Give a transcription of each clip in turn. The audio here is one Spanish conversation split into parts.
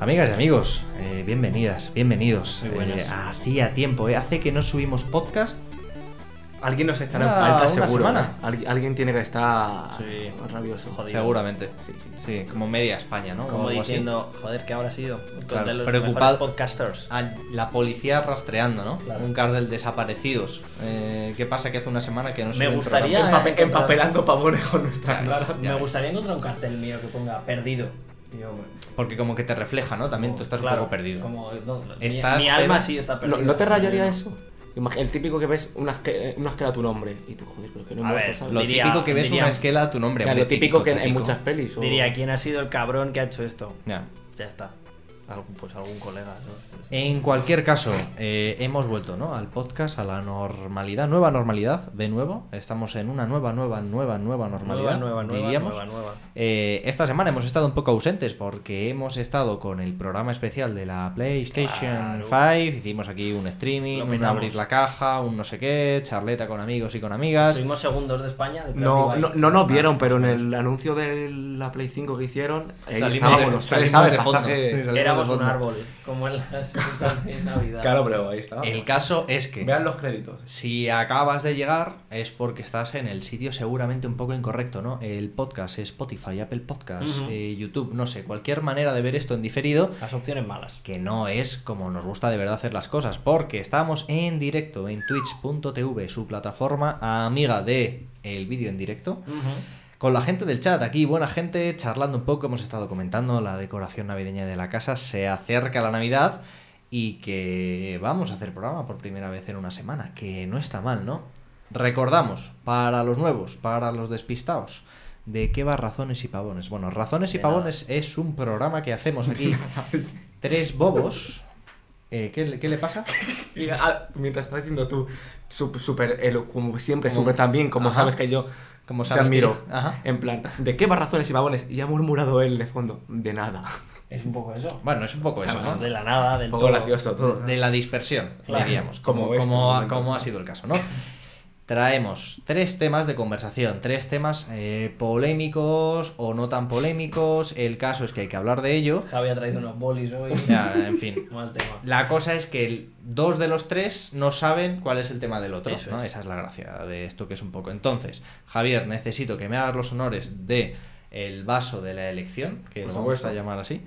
Amigas y amigos, eh, bienvenidas, bienvenidos. Muy buenas. Eh, hacía tiempo, eh, hace que no subimos podcast. Alguien nos echará Una- en falta una seguro. semana. ¿eh? Al- alguien tiene que estar Sí. rabioso. Jodido. Seguramente. Sí, sí. Sí, como media España, ¿no? O Como algo así. diciendo, joder, que ahora ha sido uno Claro, de los preocupado. mejores podcasters. A Ah, la policía rastreando, ¿no? Claro. Un cartel desaparecidos. Eh, ¿Qué pasa que hace una semana que no Me suben gustaría- eh, programa? Empape- encontrado. empapelando pavones con nuestra Claro. cara. Me gustaría encontrar un cartel mío que ponga perdido. Tío, bueno, Porque como que te refleja, ¿no? También tú estás claro, un poco perdido. como- no, mi- Estás mi, alma pero- Ah, sí está ¿No, perdida. no te rayaría eso? Imag- El típico que ves una, esque- eh, una esquela a tu nombre y tú, joder, pero que no A me ver, gusta, ¿sabes? Lo Diría- típico que ves diría- una esquela a tu nombre. O sea, hombre, lo típico, que en- en típico. muchas pelis. o- Diría, ¿quién ha sido el cabrón que ha hecho esto? Ya. Ya está. Algún- pues algún colega. ¿no? En cualquier caso, eh, hemos vuelto ¿no? al podcast, a la normalidad, nueva normalidad, de nuevo. Estamos en una nueva, nueva, nueva, nueva normalidad, nueva, nueva, diríamos. nueva, nueva. Eh, esta semana hemos estado un poco ausentes porque hemos estado con el programa especial de la PlayStation Claro. 5. Hicimos aquí un streaming, Lo un petamos. abrir la caja, un no sé qué, charleta con amigos y con amigas. Estuvimos segundos de España. detrás No, de no, Ibai. no nos vieron, Nada, pero en más o el anuncio de la Play 5 que hicieron, ahí Salimos estábamos de- los tres, salimos ¿sabes? de fondo. Pasaje- Sí, Éramos un Fondo. árbol, como en las fiestas de Navidad. Claro, pero ahí está. El caso es que... Vean los créditos. Si acabas de llegar es porque estás en el sitio seguramente un poco incorrecto, ¿no? El podcast, Spotify, Apple Podcast, Ujú. eh, YouTube, no sé, cualquier manera de ver esto en diferido Las opciones malas. que no es como nos gusta de verdad hacer las cosas, porque estamos en directo en twitch.tv, su plataforma amiga de el vídeo en directo, con la gente del chat aquí, buena gente, charlando un poco, hemos estado comentando la decoración navideña de la casa, se acerca la Navidad y que vamos a hacer programa por primera vez en una semana, que no está mal, ¿no? Recordamos, para los nuevos, para los despistados, ¿de qué va Razones y Pavones? Bueno, Razones y De Pavones es un programa que hacemos aquí tres bobos. Eh, ¿qué, le- qué le pasa? Y, ah, mientras estás diciendo tú, sup- súper elo- como siempre, Como- súper tan bien, como Ajá. sabes que yo Como te sabes que- admiro. Ajá. En plan, ¿de qué barrazones y babones? Y ha murmurado él de fondo, de nada. Es un poco eso. Bueno, es un poco eso, ¿no? Pues De la nada, del Un todo. poco gracioso todo. de la dispersión, Claro. diríamos, Como como, este como ha, momento, como sí. ha sido el caso, ¿no? Traemos tres temas de conversación, tres temas eh, polémicos o no tan polémicos, el caso es que hay que hablar de ello, Javi ha traído unos bolis hoy. Ya, en fin. Mal tema. La cosa es que el- dos de los tres no saben cuál es el tema del otro, Eso ¿no? es. Esa es la gracia de esto que es un poco. Entonces, Javier, necesito que me hagas los honores de el vaso de la elección, que Por lo vamos supuesto. a llamar así.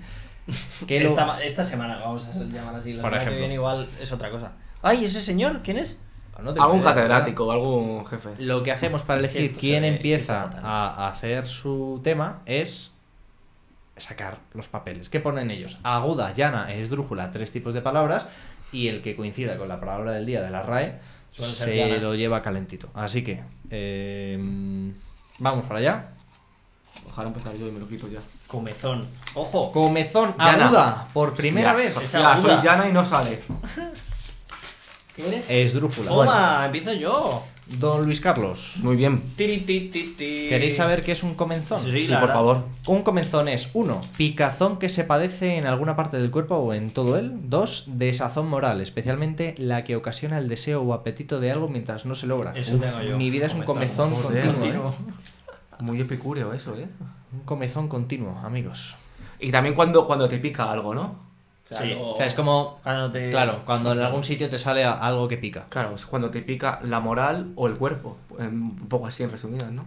Que lo- Esta, ma- esta semana vamos a llamar así. La Por semana ejemplo. que viene igual es otra cosa. ¡Ay, ese señor! ¿Quién es? Ah, No tengo Algún idea, ¿verdad? catedrático, algún jefe. Lo que hacemos para elegir Esto se quién ve- empieza esto fatal. a hacer su tema es sacar los papeles. ¿Qué ponen ellos? Aguda, llana, e esdrújula, tres tipos de palabras y el que coincida con la palabra del día de la RAE Suele ser se llana. lo lleva calentito. Así que eh, vamos para allá. Ojalá empezar yo y me lo quito ya. Comezón. ¡Ojo! Comezón Llana. aguda por primera Hostias, vez. esa hostias, aguda. soy llana y no sale. ¿Quién eres? Esdrújula. ¡Toma! Empiezo yo. Don Luis Carlos, Muy bien. Tiri, ti, ti, ti. ¿queréis saber qué es un comenzón? Sí, Sí, la por verdad. favor. Un comenzón es 1. Picazón que se padece en alguna parte del cuerpo o en todo él. 2. Desazón moral, especialmente la que ocasiona el deseo o apetito de algo mientras no se logra. Eso tengo yo. mi vida es un comezón Joder. continuo. ¿eh? Muy epicúreo eso, ¿eh? Un comezón continuo, amigos. Y también cuando, cuando te pica algo, ¿no? Sí. Eh, O sea, es como... Cuando te- Claro, cuando en algún sitio te sale a- algo que pica. Claro, es cuando te pica la moral o el cuerpo. En- Un poco así en resumidas, ¿no?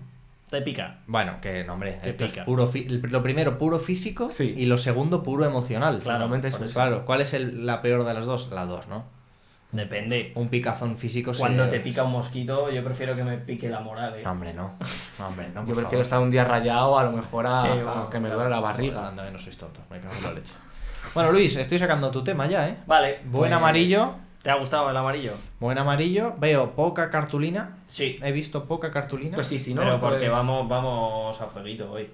Te pica. Bueno, que no, hombre, Que esto es pica. puro fi- lo primero puro físico Sí. y lo segundo puro emocional. Claro, Claramente eso Porque, es. claro, ¿cuál es el- la peor de las dos? La dos, ¿no? Depende. Un picazón físico se- Cuando te pica un mosquito, yo prefiero que me pique la moral, eh. No, hombre, no. No, hombre, no. por Yo prefiero favor. estar un día rayado a lo mejor a, Sí, bueno, a que me duele la barriga. Anda, que no sois tontos, me cago en la leche. Bueno, Luis, estoy sacando tu tema ya, ¿eh? Vale. Buen pues, amarillo, ¿Te ha gustado el amarillo? Eh, buen amarillo. Veo poca cartulina. Sí. He visto poca cartulina. Pues sí, sí, ¿no? Pero Entonces- porque vamos, vamos a fueguito hoy.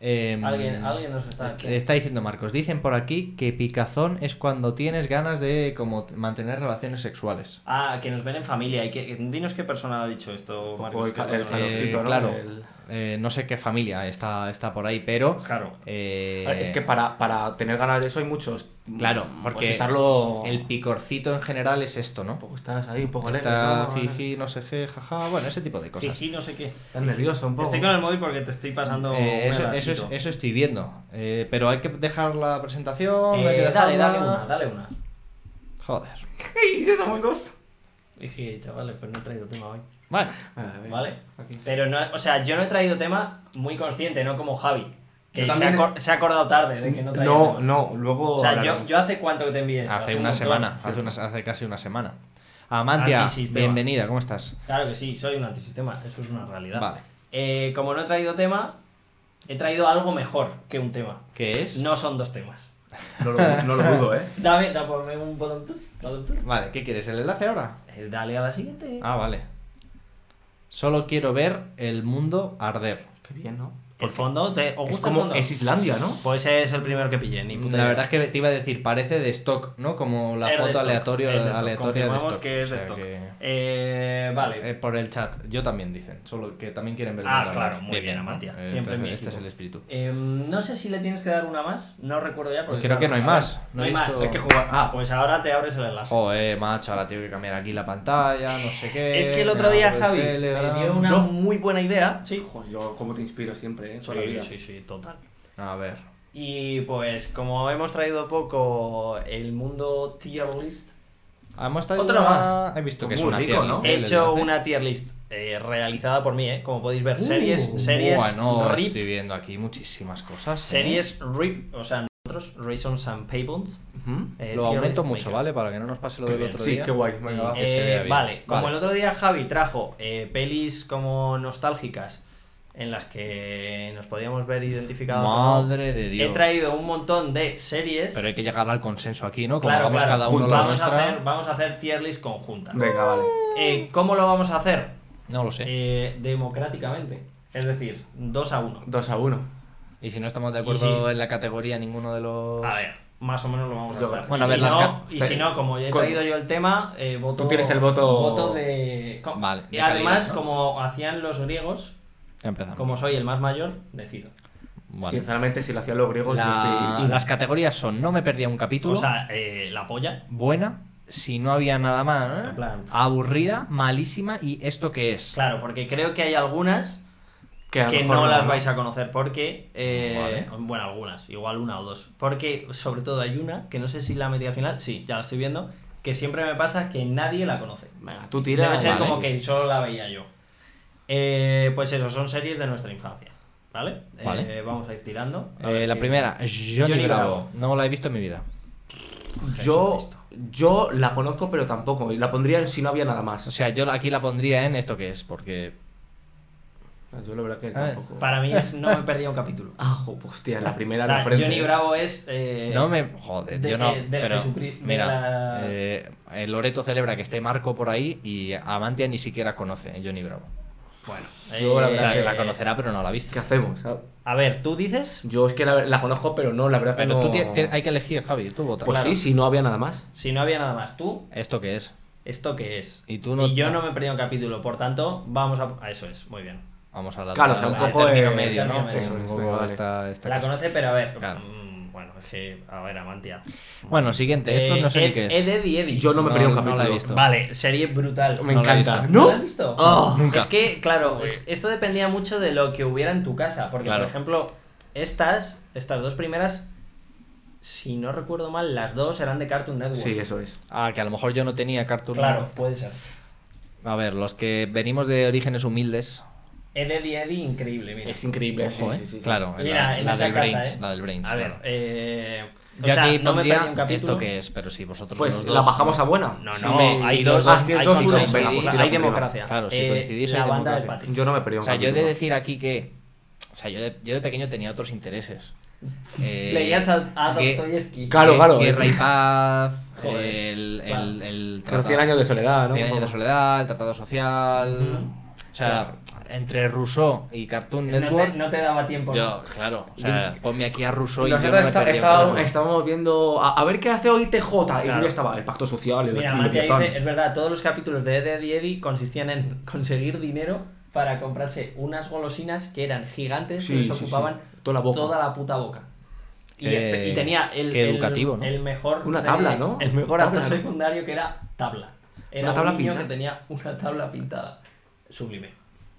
Em, Alguien, alguien nos está. Está diciendo Marcos, dicen por aquí que picazón es cuando tienes ganas de como t- mantener relaciones sexuales. Ah, que nos ven en familia. Y que, dinos qué persona ha dicho esto, Ojo, Marcos. el que ca- el no lo sé. calorcito, Eh, ¿no? claro. El- eh, no sé qué familia está, está por ahí, pero. Claro. eh, Es que para, para tener ganas de eso hay muchos. Claro, Pues porque estarlo- el picorcito en general es esto, ¿no? Un poco estás ahí, un poco alegre. Está ¿no? jiji, no sé qué, jaja, bueno, ese tipo de cosas. Jiji, no sé qué. Estás nervioso un poco. Estoy con el móvil porque te estoy pasando. Eh, un eso, eso abracito. es- eso estoy viendo. Eh, pero hay que dejar la presentación. hay que Eh, dejarla. dale, dale una, dale una. Joder. ¡Ey! Ya somos dos. Dije, chavales, pues no he traído tema hoy. Bueno, ¿Vale? Aquí. Pero no, o sea, yo no he traído tema muy consciente, no como Javi. Que Yo se ha, también he- acor- se ha acordado tarde de que no traía No, tema. no, luego. O sea, yo, hablaremos. yo Eh, hace cuánto que te envié esto, hace un una montón. semana, hace, una- hace casi una semana. Amantia, Antisistema. bienvenida, ¿cómo estás? Claro que sí, soy un antisistema, eso es una realidad. Vale. Eh, como no he traído tema, he traído algo mejor que un tema. ¿Qué es? No son dos temas. No lo, no lo dudo, ¿eh? Dame, da ponme un botón tus, botón tus. Vale, ¿qué quieres? ¿El enlace ahora? Eh, Dale a la siguiente. Ah, vale. Solo quiero ver el mundo arder. Qué bien, ¿no? El fondo, ¿te, Es ¿os gusta el como. fondo? Es Islandia, ¿no? Pues es el primero que pillé, ni puta La idea. verdad es que te iba a decir, parece de stock, ¿no? Como la Es de foto stock, aleatorio- es de stock, aleatoria de confirmamos stock. que es de O sea stock. que- Eh, vale. Eh, por el chat, yo también dicen, solo que también quieren ver el Ah, mundo claro, arder. muy bien, Amantia, Eh, siempre este, mi este es equipo. el espíritu. Em, no sé si le tienes que dar una más, no recuerdo ya. Porque Creo que no hay más, ahora- no No he hay visto- más, hay que jugar. Ah, pues ahora te abres el enlace. Joder, macho, ahora tengo que cambiar aquí la pantalla, no sé qué. es que el me otro día abro el Javi Eh, Telegram. me dio una Yo- muy buena idea. Sí, Joder, yo como te inspiro siempre, ¿eh? Toda la sí, vida. sí, sí, total. A ver. Y pues, como hemos traído poco el mundo tier list, Hemos traído Otra una- más. He visto que Muy es una rico, tier ¿no? list, he el hecho enlace. una tier list eh, realizada por mí, ¿eh? Como podéis ver, Uh, series, series, Bueno, rip, estoy viendo aquí muchísimas cosas. este ¿eh? series, rip, o sea, nosotros, Reasons and Pables. Ujú. eh, Lo tier aumento list mucho, maker. ¿vale? Para que no nos pase lo Qué del bien. otro sí, día. qué guay. venga, va. que se Eh, vea bien. Vale, como Vale. el otro día Javi trajo eh, pelis como nostálgicas en las que nos podíamos ver identificados. o no, Madre de Dios. He traído un montón de series. Pero hay que llegar al consenso aquí, ¿no? Como Claro, hagamos claro, cada uno la vamos, a nuestra. hacer, vamos a hacer tier list conjunta. Venga, vale. Eh, ¿Cómo lo vamos a hacer? No lo sé. Eh, democráticamente. Es decir, 2 a 1. 2 a 1. Y si no estamos de y acuerdo si- en la categoría ninguno de los. A ver, más o menos lo vamos a Yo- hacer. bueno, a ver, si las no, ca- y si no, como ya he Con- traído yo el tema, eh, voto. Tú tienes el voto- Voto de. co- Vale, de Y además, calidad, ¿no? como hacían los griegos, Ya empezamos. Como soy el más mayor, decido. Vale. Sinceramente, si lo hacían los griegos, La- yo estoy... Las categorías son no me perdía un capítulo, O sea, eh, la polla. buena, si no había nada más, ¿eh? En plan- aburrida, malísima y esto que es. Claro, porque creo que hay algunas a lo que mejor no las vais a conocer porque... eh, Vale. Bueno, algunas, igual una o dos. Porque sobre todo hay una, que no sé si la metí al final, sí, ya la estoy viendo, que siempre me pasa que nadie la conoce. Venga, tú Y tira. debe ser vale. como que solo la veía yo. Eh, pues eso, son series de nuestra infancia. ¿Vale? Eh, Vale. vamos a ir tirando. A Eh, ver la qué- primera, Johnny, Johnny Bravo. Bravo. No la he visto en mi vida. Yo, Jesucristo. yo la conozco, pero tampoco. Y La pondría en si no había nada más. O sea, yo aquí la pondría en esto que es, porque. yo la verdad que Ah, tampoco. Para mí es no me perdía un capítulo. Ah, jo, hostia, la primera O de sea, frente. Johnny Bravo es... eh, no me. Joder, de- eh, yo no. de- de pero, Jesucristo, de mira, la- eh, eh, Loreto celebra que esté Marco por ahí y Amantia ni siquiera conoce a Johnny Bravo. Bueno, Yo la O sea, verdad que Eh, la conocerá, pero no la ha visto. ¿Qué hacemos? ¿sabes? A ver, tú dices, Yo es que la, la conozco, pero no, la verdad que Pero no... tú tie- tie- hay que elegir, Javi, tú votas. Pues sí, si no había nada más. si no había nada más, tú, ¿Esto qué es? ¿esto qué es? Y tú no- yo no me he perdido un capítulo, por tanto, vamos a... a eso es, muy bien. Vamos a la Claro, o sea, un al poco, término eh, medio, ¿no? término medio. Un Eso es, poco venga, vale. esta- esta la cosa. conoce, pero a ver... Claro. mm, bueno, es que, a ver, Amantia. Bueno, siguiente, esto no sé Eh, ni qué es. Ed, Ed y Eddie. Yo no me No, perdí un no la he capítulo. visto. Vale, serie brutal. Me No la he encanta. visto. ¿No la has visto? Ah, nunca. Es que, claro, es- esto dependía mucho de lo que hubiera en tu casa. Porque, Claro. por ejemplo, estas, estas dos primeras, si no recuerdo mal, las dos eran de Cartoon Network. Sí, eso es. Ah, que a lo mejor yo no tenía Cartoon Claro, puede ser. A ver, los que venimos de orígenes humildes. Ed, Ed y Eddie, increíble, mira. Es increíble. ojo, sí, ¿eh? sí, sí, sí. Claro, Mira, la, en la esa del casa, Brains. ¿eh? La del Brains. A ver, claro. eh, o Yo sea, aquí no me pondría perdí un capítulo. esto que es, pero si vosotros Pues los la dos- bajamos a buena. No, Sí, no, me- hay sí, dos, ah, sí, hay, es dos, consenso, uno, venga, pues hay tira, tira. democracia. Claro, si Eh, coincidís, la hay banda democracia. del patio. Yo no me perdí O un sea, capítulo. yo he de decir aquí que. O sea, yo de, yo de pequeño tenía otros intereses. Eh, Leías a, a que- Dostoyevsky. Claro. eh. Gue- Guerra y paz, Joder, el, claro. el, el Pero tratado- 100 años de soledad, ¿no? Cien años de soledad, el tratado social. O sea, Claro. entre Rousseau y Cartoon No te, Network. no te daba tiempo. Yo, claro. O sea, ponme aquí a Rousseau y yo Nosotros me esta- perdía un estábamos- rato. estábamos viendo a, a ver qué hace hoy TJ. Y Claro. yo estaba el pacto social, el, Mira, el Matías Leviatán. dice, es verdad, todos los capítulos de Ed, Ed y Eddie consistían en conseguir dinero para comprarse unas golosinas que eran gigantes Sí, que les sí, sí. ocupaban Toda la boca. toda la puta boca. Y, Qué- y tenía el, Eh, qué el- educativo, ¿no? el mejor Una eh, tabla, ¿no? El mejor Tabla, acto ¿no? secundario que era tabla. Era Una tabla un niño pintada. que tenía una tabla pintada. Sublime.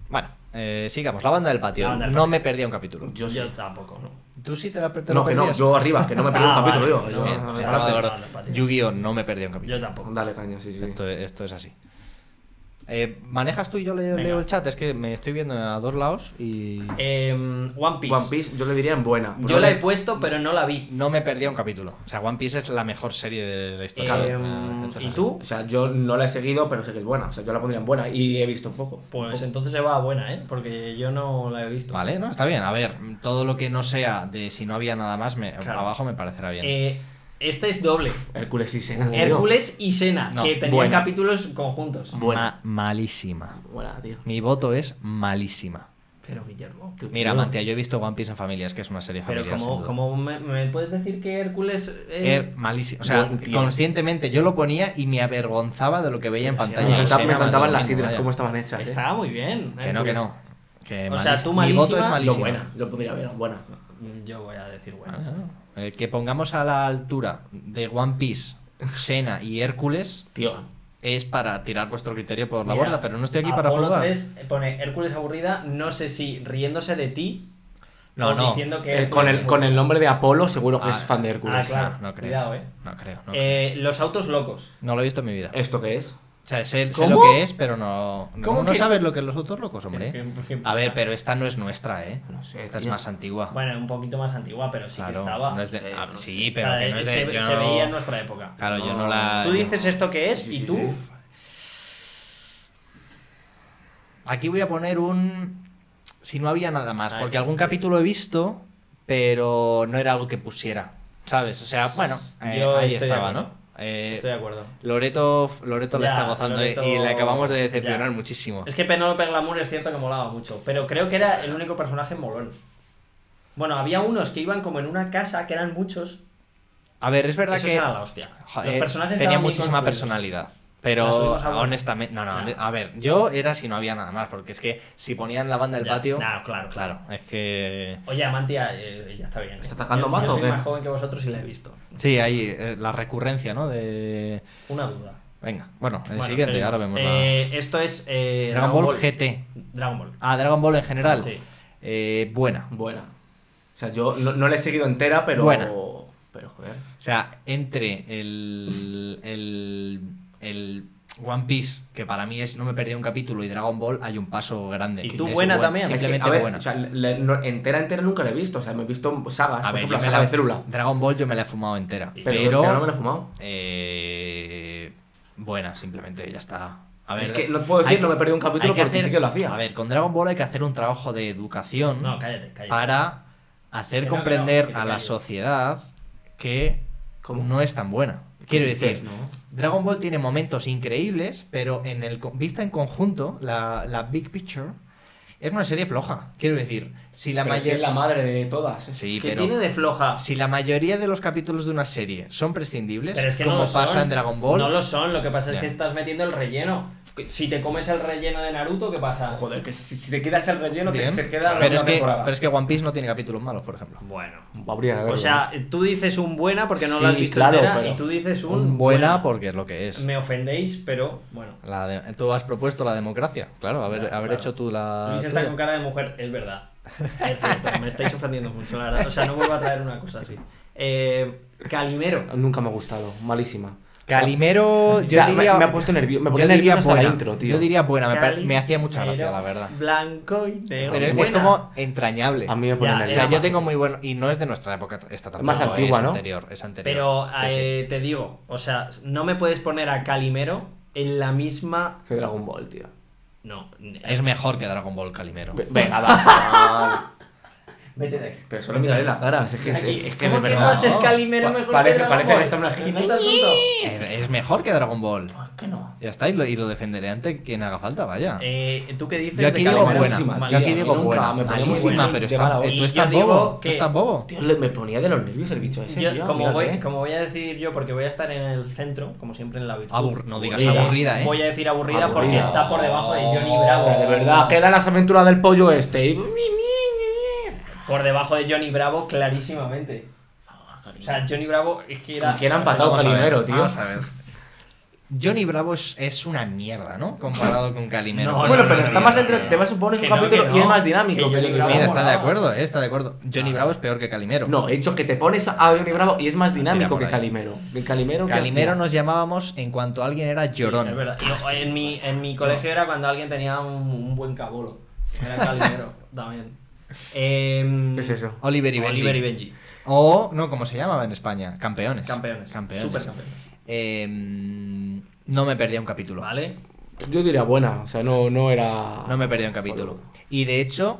Bueno, eh, sigamos. La banda del patio. La banda del no patio. me perdía un capítulo. Yo, tampoco, ¿no. ¿Tú sí te la perdías? No, que no, yo arriba, que no me perdí Ah, un capítulo, vale, yo. no, Yo- yo- no, no, yo- no, no. Eh, Yu-Gi-Oh! no me perdía un Yo capítulo. tampoco. Dale caña, sí, sí. Esto, esto es así. Eh, ¿Manejas tú y yo le- Venga. leo el chat? Es que me estoy viendo a dos lados y. Em, One Piece. One Piece yo le diría en buena. Yo la he puesto, pero no la vi. No me perdía un capítulo. O sea, One Piece es la mejor serie de la historia. Em, Eh, esto es ¿Y así. tú? O sea, yo no la he seguido, pero sé que es buena. O sea, yo la pondría en buena y he visto un poco. Pues entonces se va a buena, ¿eh? Porque yo no la he visto. Vale, no, está bien. A ver, todo lo que no sea de si no había nada más, me- Claro. abajo me parecerá bien. Eh, este es doble. Hércules y Sena. tío. Hércules y Sena, No, que tenían buena. capítulos conjuntos. Buena. Ma- malísima. Buena, tío. Mi voto es malísima. Pero Guillermo. Mira, Tío. Mantia, yo he visto One Piece en familia, es que es una serie Pero familiar. sin como, duda. como me, me puedes decir que Hércules. eh, Er- malísimo. O sea, Buen tío. conscientemente yo lo ponía y me avergonzaba de lo que veía en Pero si pantalla. era me, una O sea, encanta- escena me más de encantaban Ah, lo las mismo, sidras, vaya. cómo estaban hechas. eh. estaba muy bien. Que no, que no. Que O sea, tú malísima. Mi voto malísima, es yo malísimo. Yo buena, yo podría ver, buena. Hércules. Yo voy a decir, bueno. El que pongamos a la altura de One Piece, Sena y Hércules Tío, es para tirar vuestro criterio por la Mira, borda, pero no estoy aquí para Apolo juzgar. 3 pone Hércules aburrida, no sé si riéndose de ti No, o no. diciendo que. eh, Hércules con, es el, con el nombre de Apolo seguro que Ah, es fan de Hércules. Ah, claro. No, no creo. Cuidado, eh. No creo. No, aburrida. creo. Eh, los autos locos. No lo he visto en mi vida. ¿Esto qué es? O sea, sé, sé lo ¿Cómo? que es, pero no. ¿Cómo no que- sabes lo que es los autos locos, hombre. ¿Qué- qué- qué a ver, pasa? pero esta no es nuestra, ¿eh? No sé, Esta es tío. más antigua. Bueno, un poquito más antigua, pero sí que claro, estaba. eh, no es de- Sí, ah, no sí, O pero sea, eh, que no es se, de. yo se no- veía en nuestra época. Claro, yo no No. la. Tú yo- dices esto que es Sí, y sí, tú. eh, sí. Aquí voy a poner un. Si no había nada más, Ay, porque algún sí. capítulo he visto, pero no era algo que pusiera. ¿Sabes? O sea, bueno, eh, Yo ahí estoy de estaba, acuerdo. ¿no? Eh, Estoy de acuerdo. Loreto, Loreto la Ya, está gozando eh, Loreto- y le acabamos de decepcionar ya. muchísimo. Es que Penélope Glamour es cierto que molaba mucho, pero creo que era el único personaje molón. Bueno, había unos que iban como en una casa, que eran muchos. A ver, es verdad Eso que era la hostia. Joder, Los personajes tenía estaban muy muchísima construidos. personalidad. La Pero subimos a Word. honestamente, no, no, Nah. a ver, yo era si no había nada más, porque es que si ponían la banda del Ya, patio. nah, claro, claro. Es que. Oye, Amantia, eh, ya está bien. ¿eh? ¿Está atacando Yo- mazo Yo o soy qué? más joven que vosotros y la he visto. Sí, ahí eh, la recurrencia, ¿no? De. Una duda. Venga, bueno, el Bueno, siguiente, seguimos. ahora vemos la. Eh, Esto es eh, Dragon Ball GT. Dragon Ball. Ah, Dragon Ball en general. Sí. Eh, buena. Buena. O sea, yo no, no la he seguido entera, pero. Buena. Pero joder. O sea, entre el. el. el One Piece, que para mí es no me perdí un capítulo, y Dragon Ball hay un paso grande. ¿Y tú Es buena buen- también? Es que, Simplemente a ver, buena. o sea, la- no- entera, entera nunca la he visto. O sea, me he visto sagas. A por ver, ejemplo, yo la me saga la- de Célula. Dragon Ball yo me la he fumado entera. Pero, Pero, pero no me la he fumado. eh, buena, simplemente, ya está. A ver, es que no puedo decir, hay no que- me perdí un capítulo hay que porque sí hacer- que lo hacía. A ver, con Dragon Ball hay que hacer un trabajo de educación No, cállate, cállate. para hacer Que no, comprender que no, que a te la calles. sociedad que ¿Cómo? no es tan buena. Quiero decir, dices, no? Dragon Ball tiene momentos increíbles, pero en el co- vista en conjunto, la, la Big Picture es una serie floja. Quiero decir, si la Pero sí mayoría. es la madre de todas. ¿eh? Sí, Que pero- tiene de floja. si la mayoría de los capítulos de una serie son prescindibles, Pero es que como no lo pasa son. en Dragon Ball, No lo son, lo que pasa es Ya. que estás metiendo el relleno. Si te comes el relleno de Naruto, ¿qué pasa? Joder, que si, si te quedas el relleno, te, bien, se queda la pero, última es que, temporada. pero es que One Piece no tiene capítulos malos, por ejemplo. Bueno. Habría que O verlo. sea, tú dices un buena porque no Sí, lo has visto claro, entera pero y tú dices un, Un buena pues- porque es lo que es. Me ofendéis, pero bueno. La de- Tú has propuesto la democracia, claro, haber, Claro, haber claro. hecho Ah, tú la... Luis está tuya. con cara de mujer, es verdad. Es cierto, me estáis ofendiendo mucho, la verdad. O sea, no vuelvo a traer una cosa así. Eh, Calimero. Nunca me ha gustado. Malísima. Calimero, yo O sea, me- diría... me ha puesto nervio- me yo ponía diría nervioso hasta la buena. intro, tío. Yo diría buena, me, par- Cali- me hacía mucha gracia, pero la verdad. Blanco y negro. Pero es- es Buena. como entrañable. A mí me pone Ya, O nervioso. sea, era yo más- tengo muy bueno... Y no es de nuestra época esta tampoco, más antigua, es ¿no? anterior, es anterior. Pero Sí, sí. eh, te digo, o sea, no me puedes poner a Calimero en la misma. Que Dragon Ball, tío. No. Es mejor que Dragon Ball Calimero. Ve- Venga, va. Vete de aquí. Pero solo miraré las caras. Es que, Aquí. es que de ¿Cómo que verdad. no haces Calimero Pa- mejor parece- que Dragon parece que Ball? está en una ¿No esquina. estás tonto? Es, es mejor que Dragon Ball. que no. Ya está, y lo, y lo defenderé ante quien haga falta, vaya. Eh, ¿Tú qué dices? Yo aquí de digo Calimero? buena, Malísima, yo aquí malísima. digo nunca, buena, me parece malísima, buena, pero de está, mala eh, voz. tú Y estás yo digo bobo, tú que- estás bobo. Tío, le- me ponía de los nervios el bicho ese, Yo, tío, como, mírale. voy, como voy a decir yo, porque voy a estar en el centro, como siempre en la virtud. Abur- no digas Voy a- aburrida, ¿eh? Voy a decir aburrida, Aburrida. porque está por debajo de Johnny Bravo. O sea, de verdad, que era las aventuras del pollo este. Y... Por debajo de Johnny Bravo, clarísimamente. O sea, Johnny Bravo es que era. Con que era empatado Vamos a ver, Calimero, tío. vamos a ver. Johnny Bravo es, es una mierda, ¿no? Comparado con Calimero. No, bueno, no, pero no, está no, más no, entre. no. Te vas a suponer Que un no, capítulo que no. y es más dinámico Que que, Johnny Johnny Bravo Bravo. Mira, está de molaba. acuerdo, eh, está de acuerdo. Johnny Bravo es peor que Calimero. No, he dicho que te pones a Johnny Bravo y es más dinámico por que ahí. Calimero. Que Calimero, ¿qué Calimero hacía? nos llamábamos en cuanto alguien era llorón. Es verdad. Yo, en, mi, en mi colegio era cuando alguien tenía un, un buen cabolo. Era Calimero también. Em, ¿Qué es eso? Oliver y Benji. Oliver y Benji. O, no, ¿cómo se llamaba en España? Campeones. Campeones. Campeones. Supercampeones. Eh, no me perdía un capítulo. ¿Vale? Yo diría buena, o sea, no, no era. No me perdía un capítulo. Y de hecho,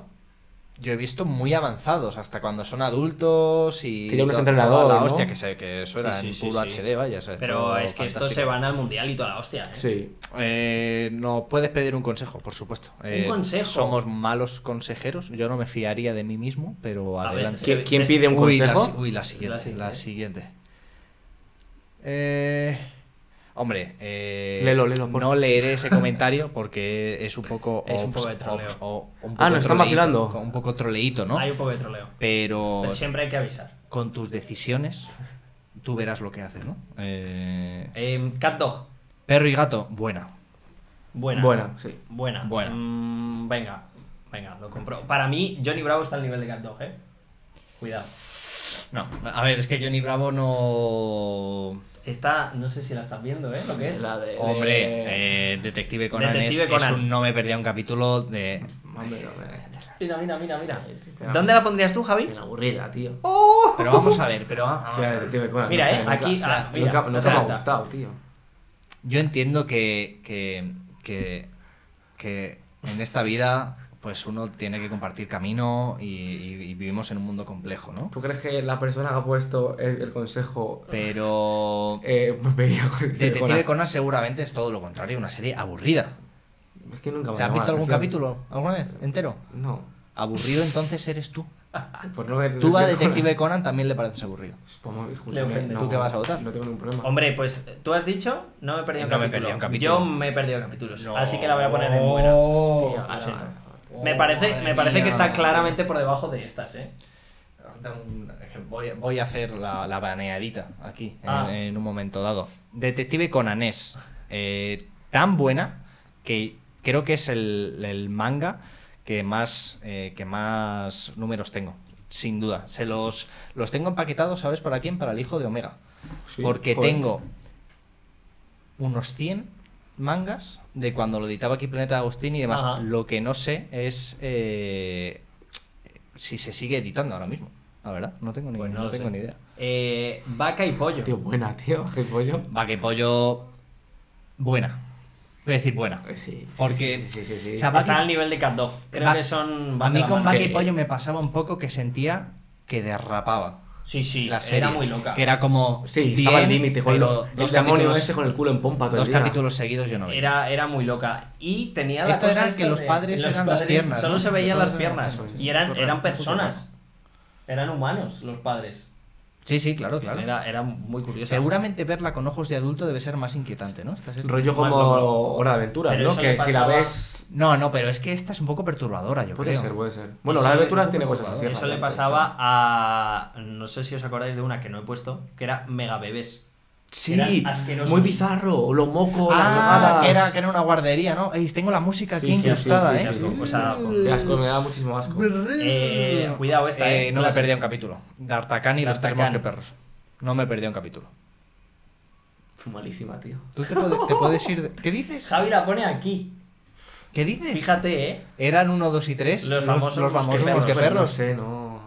yo he visto muy avanzados hasta cuando son adultos y. Que ya uno es to- entrenador, toda La ¿no? hostia que, se, que eso era Sí, sí, en puro sí, sí. HD, vaya. o sea, Pero todo es que estos fantástico. se van al mundial y toda la hostia. ¿eh? Sí. Eh, no puedes pedir un consejo, por supuesto. Eh, consejo? Somos malos consejeros. Yo no me fiaría de mí mismo, pero A ver, adelante. ¿qué- ¿Qui- ¿Quién se- pide un uy, la, consejo? si- uy, la siguiente. La La siguiente. siguiente. Eh, hombre, eh, Lelo, lelo, por no favor. leeré ese comentario porque es un poco. Es un poco de obs- troleo. obs- o- un poco Ah, nos están troleíto, vacilando. Un poco troleíto, ¿no? Hay un poco de troleo. Pero Pero siempre hay que avisar. con tus decisiones, tú verás lo que haces, ¿no? Eh, Em, Cat Dog. perro y gato, buena. Buena. Buena, sí. Buena. Buena. Mm, venga, venga, lo compro. Para mí, Johnny Bravo está al nivel de Cat Dog, eh. Cuidado. No, a ver, es que Johnny Bravo no. Esta, no sé si la estás viendo, ¿eh? Lo que es. La de- Hombre, eh, Detective Conan, Detective es, Conan. es un no me perdía un capítulo de. Hombre, hombre, Mira, mira, mira, mira. Sinceramente. ¿Dónde la pondrías tú, Javi? bien aburrida, tío. Pero vamos a ver, pero vamos a Tía, ver. Detective Conan, Mira, no eh, sé, nunca- aquí- o sea, ah, mira, nunca- nunca o sea, me ha está. gustado, tío. Yo entiendo que, que, que, que en esta vida pues uno tiene que compartir camino y, y- y vivimos en un mundo complejo, ¿no? ¿Tú crees que la persona que ha puesto el, el consejo Pero eh, veía con- Detective con- Conan seguramente es todo lo contrario, una serie aburrida. Es que nunca me O sea, ¿Has llamó la visto algún atención. capítulo alguna vez entero? No. Aburrido entonces eres tú. Por no ver Ah, Tú a Conan. Pues, Detective Conan también le pareces aburrido. Supongo que Le ofende. ¿Tú te vas a votar? No tengo ningún problema. Hombre, pues tú has dicho, no me he perdido un No me he capítulo. perdido un capítulo. Yo me he perdido capítulos. No. Así que la voy a poner en buena. Tío, Lo Oh, ahora- siento. ahora- me Oh, parece, madre me parece que mía. está claramente por debajo de estas, eh. Da un ejemplo. Voy, voy a hacer la, la baneadita aquí en- Ah. en, un momento dado. Detective Conan es eh, tan buena que creo que es el, el manga que más, eh, que más números tengo. Sin duda. Se los, los tengo empaquetados, ¿sabes para quién? Para el hijo de Omega. Sí, Porque joder. tengo unos 100 mangas de cuando lo editaba aquí Planeta Agustín y demás. Ajá. Lo que no sé es eh, si se sigue editando ahora mismo. La verdad, no tengo ni, Pues no no lo tengo sé. ni idea. Eh, vaca y pollo. Tío, buena, tío. El pollo. Va que pollo. Buena. Voy a decir buena. Eh, Sí. Porque- Sí, sí, sí. sí. o sea, Están al nivel de Cat Dog. Creo Va- que son. A van de mí la con mano. Vaca y Sí. Pollo me pasaba un poco que sentía que derrapaba. Sí, sí, La serie, era muy loca. Que era como. Sí, estaba al bien, límite. Con pero lo- el dos demonio capítulos, ese con el culo en pompa todo el dos día. capítulos seguidos yo no veía. Era, era muy loca. Y tenía la Esto cosa era esta que los de- padres los eran las padres piernas, Solo ¿no? se veían Solo las eran piernas. las Y eran, piernas. eran Pues personas. Eran humanos los padres. Sí, sí, claro, claro. Era, era muy curiosa. Seguramente verla con ojos de adulto debe ser más inquietante, ¿no? Esta serie. Rollo como Más loco. Hora de Aventuras, Pero ¿no? eso Que le si la pasaba- ves. No, no, pero es que esta es un poco perturbadora, yo Puede creo. ser, puede ser. Bueno, Eso Hora de le- Aventuras tiene cosas así. Eso le realmente, pasaba a. No sé si os acordáis de una que no he puesto, que era Mega Bebés. Sí, Eran asquerosos. muy bizarro. Los mocos, las Ah, drogadas. que era, que era una guardería, ¿no? Ey, tengo la música aquí Sí, sí, incrustada, sí, ¿eh? sí, Qué sí, asco, sí, o sea, sí. Qué asco, me daba muchísimo asco. Eh, cuidado esta, eh, no me clásica. perdí un capítulo. D'Artagnan y los tres D'Artagnan. mosqueperros. No me perdí un capítulo. Malísima, tío. Tú te, puede- te puedes ir... de- ¿Qué dices? Javi la pone aquí. ¿Qué dices? Fíjate, ¿eh? Eran uno, dos y tres. Los famosos los famosos mosqueperros. mosqueperros. No sé, no.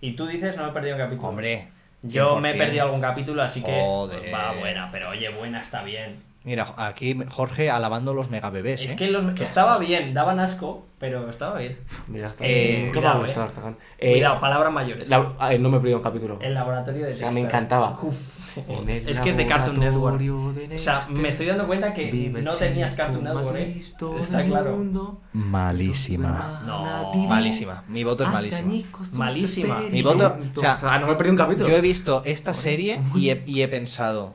Y tú dices, no me he perdido un capítulo. Hombre. Yo me he 100%. perdido algún capítulo, así que Joder. va buena, pero oye, buena está bien. Mira, aquí Jorge alabando los megabebés, Es ¿eh? que los- estaba bien, daban asco, pero estaba bien. Mira, está. Eh, ¿Cómo cuidado, ha gustado eh. esta canción? Eh, Cuidado, palabras mayores. la- ah, eh, no me he perdido un capítulo. El laboratorio de O sea, me Dexter. encantaba. Uf. En el Es que es de Cartoon Network. laboratorio de O sea, Dexter, me estoy dando cuenta que vive el no tenías chico Cartoon más Network, ¿eh? listo del Está claro. mundo. Malísima. No, Malísima. Mi voto es Hace malísima. añicos sus Malísima. Mi voto- o sea, O sea, ah, no me he perdido un capítulo. Yo he visto esta serie y he, y he pensado,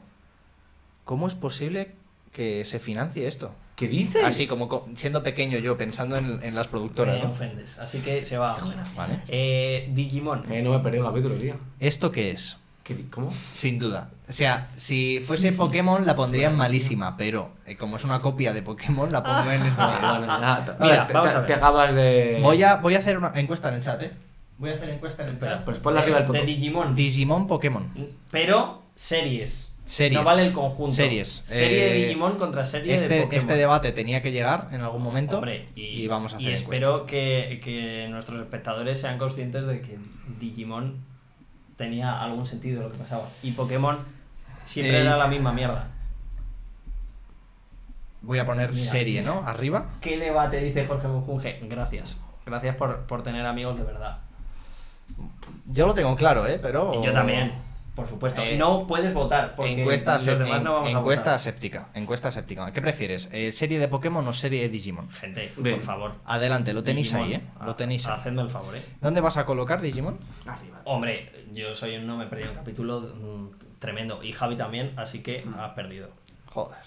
¿cómo es posible que se financie esto? ¿Qué dices? Así como co- siendo pequeño yo, pensando en, en las productoras. Me ¿no? ofendes, así que se va. Vale. Eh, Digimon. Eh, no me he perdido un capítulo, tío. ¿Esto qué es? ¿Qué di- ¿Cómo? Sin duda. O sea, si fuese Pokémon la pondrían malísima, pero eh, como es una copia de Pokémon, la pongo en esto que es. Bueno, ya, t- Mira, te- vamos te- a ver. Te acabas de. Voy a, voy a hacer una encuesta en el chat, ¿eh? Voy a hacer encuesta en el Espera, chat. Pues ponle arriba el de todo. Digimon. Digimon Pokémon. Pero series. Series. No vale el conjunto. Series. Serie Eh, de Digimon contra serie de Este, Pokémon. este debate tenía que llegar en algún momento Hombre, y, y, vamos a hacer y espero que, que nuestros espectadores sean conscientes de que Digimon tenía algún sentido lo que pasaba. Y Pokémon siempre Eh, era la misma mierda. Voy a poner Mira. serie, ¿no? Arriba. ¿Qué debate dice Jorge Munjunge? Gracias. Gracias por, por tener amigos de verdad. Yo lo tengo claro, ¿eh? Pero... Y yo también, por supuesto. Eh, no puedes votar porque encuesta los asé- demás en- no vamos encuesta a votar. aséptica. Encuesta aséptica. ¿Qué prefieres? eh, ¿Serie de Pokémon o serie de Digimon? Gente, Bien. por favor. Adelante, lo tenéis Digimon, ahí, ¿eh? Lo tenéis ahí. Hacedme el favor, ¿eh? ¿Dónde vas a colocar Digimon? Arriba. Hombre, yo soy un no me he perdido un capítulo mm, tremendo. Y Javi también, así que has perdido. Joder.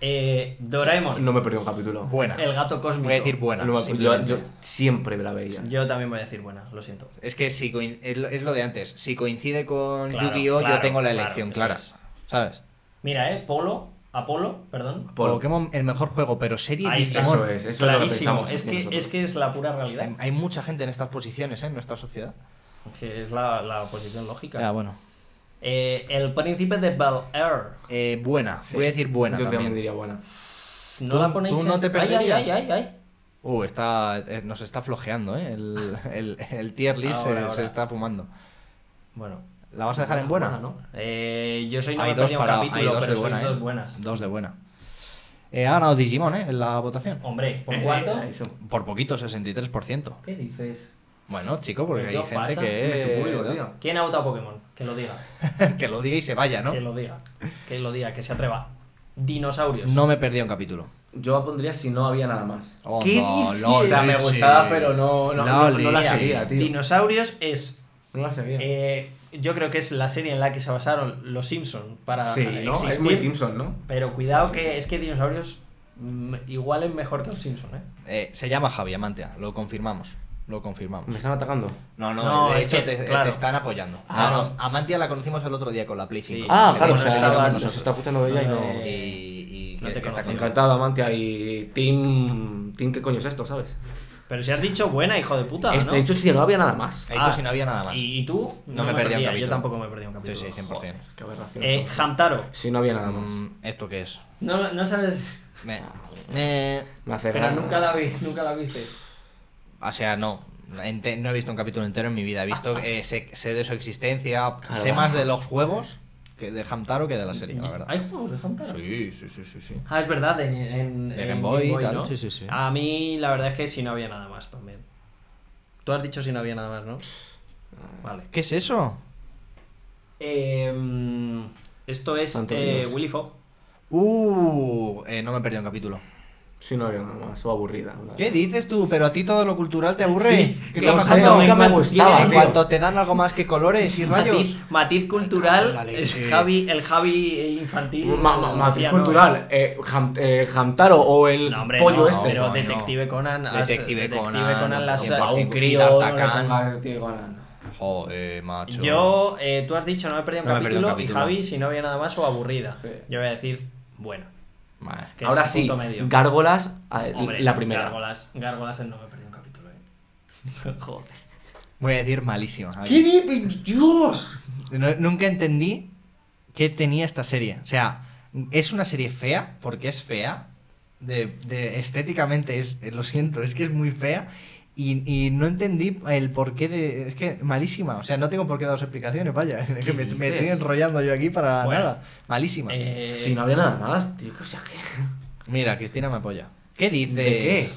Eh, Doraemon, No me he perdido un capítulo. Buena. el gato cósmico. Voy a decir buena. No me- yo, simplemente. yo siempre me la veía. Yo también voy a decir buena, lo siento. Es que si coin- es lo- es lo de antes. Si coincide con Claro, Yu-Gi-Oh, yo claro, tengo la claro, elección eso clara. es. ¿Sabes? Mira, eh, Polo, Apolo, perdón. Por- Pokémon, el mejor juego, pero serie Ahí está. Digimon. Eso es, eso es lo que Clarísimo. pensamos es, que, nosotros. es que es la pura realidad. Hay, hay mucha gente en estas posiciones, ¿eh? En nuestra sociedad. Que es la, la posición lógica. Ya, Ah, bueno. Eh, el príncipe de Bel Air. Eh, buena. Sí. Voy a decir buena yo también. diría buena. No Tú- la ponéis. tú no en- te Ay, perderías. Ay, ay, ay, ay. Uh, está, eh, nos está flojeando, ¿eh? El, el- el tier list Ahora, eh, se ahora. está fumando. Bueno. ¿La vas a dejar en buena? ¿no? Eh, yo soy no Hay me dos, perdí un para, hay capítulo, dos pero de soy buena, ¿eh? dos buenas. Dos de buena. Eh, ha ganado Digimon, ¿eh? En la votación. Hombre, ¿por Eh, cuánto? ahí son. Por poquito, 63%. ¿Qué dices? Bueno, chico, porque ¿Qué hay os gente pasa? Tiene su que... público, tío. ¿Quién ha votado Pokémon? Que lo diga. que lo diga y se vaya, ¿no? Que lo diga. Que lo diga, que se atreva. Dinosaurios. No me perdí un capítulo. Yo la pondría si no había nada más. Oh, ¿Qué no, dices? no, o sea, me leche. gustaba, pero no, no, no- no la leche. seguía, tío. Dinosaurios es. No la seguía. eh, yo creo que es la serie en la que se basaron los Simpsons para. sí, eh, ¿no? Es existir. muy Simpson, ¿no? Pero cuidado que es que Dinosaurios mm, igual es mejor que los Simpsons, ¿eh? Eh, se llama Javi Amantea, lo confirmamos. Lo confirmamos. Me están atacando. No, no, No, de es hecho que, te, claro. te están apoyando. Ah, No, no, Amantia la conocimos el otro día con la Play 5. Sí. Ah, Se claro, o vino- sea, se vino con estabas- nosotros. se está escuchando ella y no. Y, Eh, y No que- te que está conocemos. con- Encantado, Amantia. Y Team. Team, ¿qué coño es esto, sabes? Pero si has dicho buena, hijo de puta, Este, ¿no? Eh, De hecho, si no había nada más. He dicho si no había nada más. Ah, ¿Y, y tú? No me perdí un perdía, capítulo. Yo tampoco me perdí un capítulo. Sí, sí, 100%. Joder. Qué aberración. Eh, Hamtaro. si no había nada más. Mm, ¿Esto qué es? No, no sabes... Me- me- Me hace Pero gracia. nunca la, vi, nunca la viste. o sea, no. Ente- no he visto un capítulo entero en mi vida. He visto, eh, sé, sé de su Ah, existencia, Claro. sé más de los juegos que de Hamtaro que de la serie, la verdad. ¿Hay juegos de Hamtaro? Sí, sí, sí, sí, sí. Ah, es verdad, en, en, De en Game Boy y tal. ¿no? Sí, sí, sí. A mí la verdad es que si no había nada más también. Tú has dicho si no había nada más, ¿no? Ah, Vale. ¿Qué es eso? Eh, esto es Santo eh, Dios. Willy Fogg. Uh, eh, no me perdí un capítulo. Si no había nada más. O aburrida. una- ¿Qué dices tú? Pero a ti todo lo cultural te aburre. ¿Qué está no sé, pasando? nunca me Matiz- gustaba. En tío. cuanto te dan algo más que colores y rayos. Matiz, matiz cultural, cago en Ah, la es leche. Javi, el Javi infantil. Ma- ma- eh, Matriz ya no- cultural, eh, Ham- eh, Hamtaro o el No, hombre, pollo no, este. pero no, Detective Conan. has- Detective Conan, Detective Conan las- eh, cien por a un cien. crío y no le D'Artagnan. pongas, tío, Conan. Joder, macho. Yo, eh, tú has dicho no me he perdido un, No me he capítulo, perdido un y capítulo. Javi, si no había nada más o aburrida. Sí. Yo voy a decir, bueno, Vale. que Ahora es sí, punto medio. Gárgolas, a- Hombre, Eh, la primera. Gárgolas, Gárgolas en no me he perdido un capítulo, eh. Joder. Voy a decir malísima. a ver. di- ¡Dios! No- nunca entendí qué tenía esta serie. O sea, es una serie fea, porque es fea. De, de- estéticamente es, eh, lo siento, es que es muy fea. Y, y no entendí el porqué de. Es que malísima. O sea, no tengo por qué daros explicaciones, vaya. Es que me, me ¿Qué dices? estoy enrollando yo aquí para Bueno. nada. Malísima. Eh, Si no había nada más, tío, que o sea que. Mira, Cristina me apoya. ¿Qué dices? ¿De qué?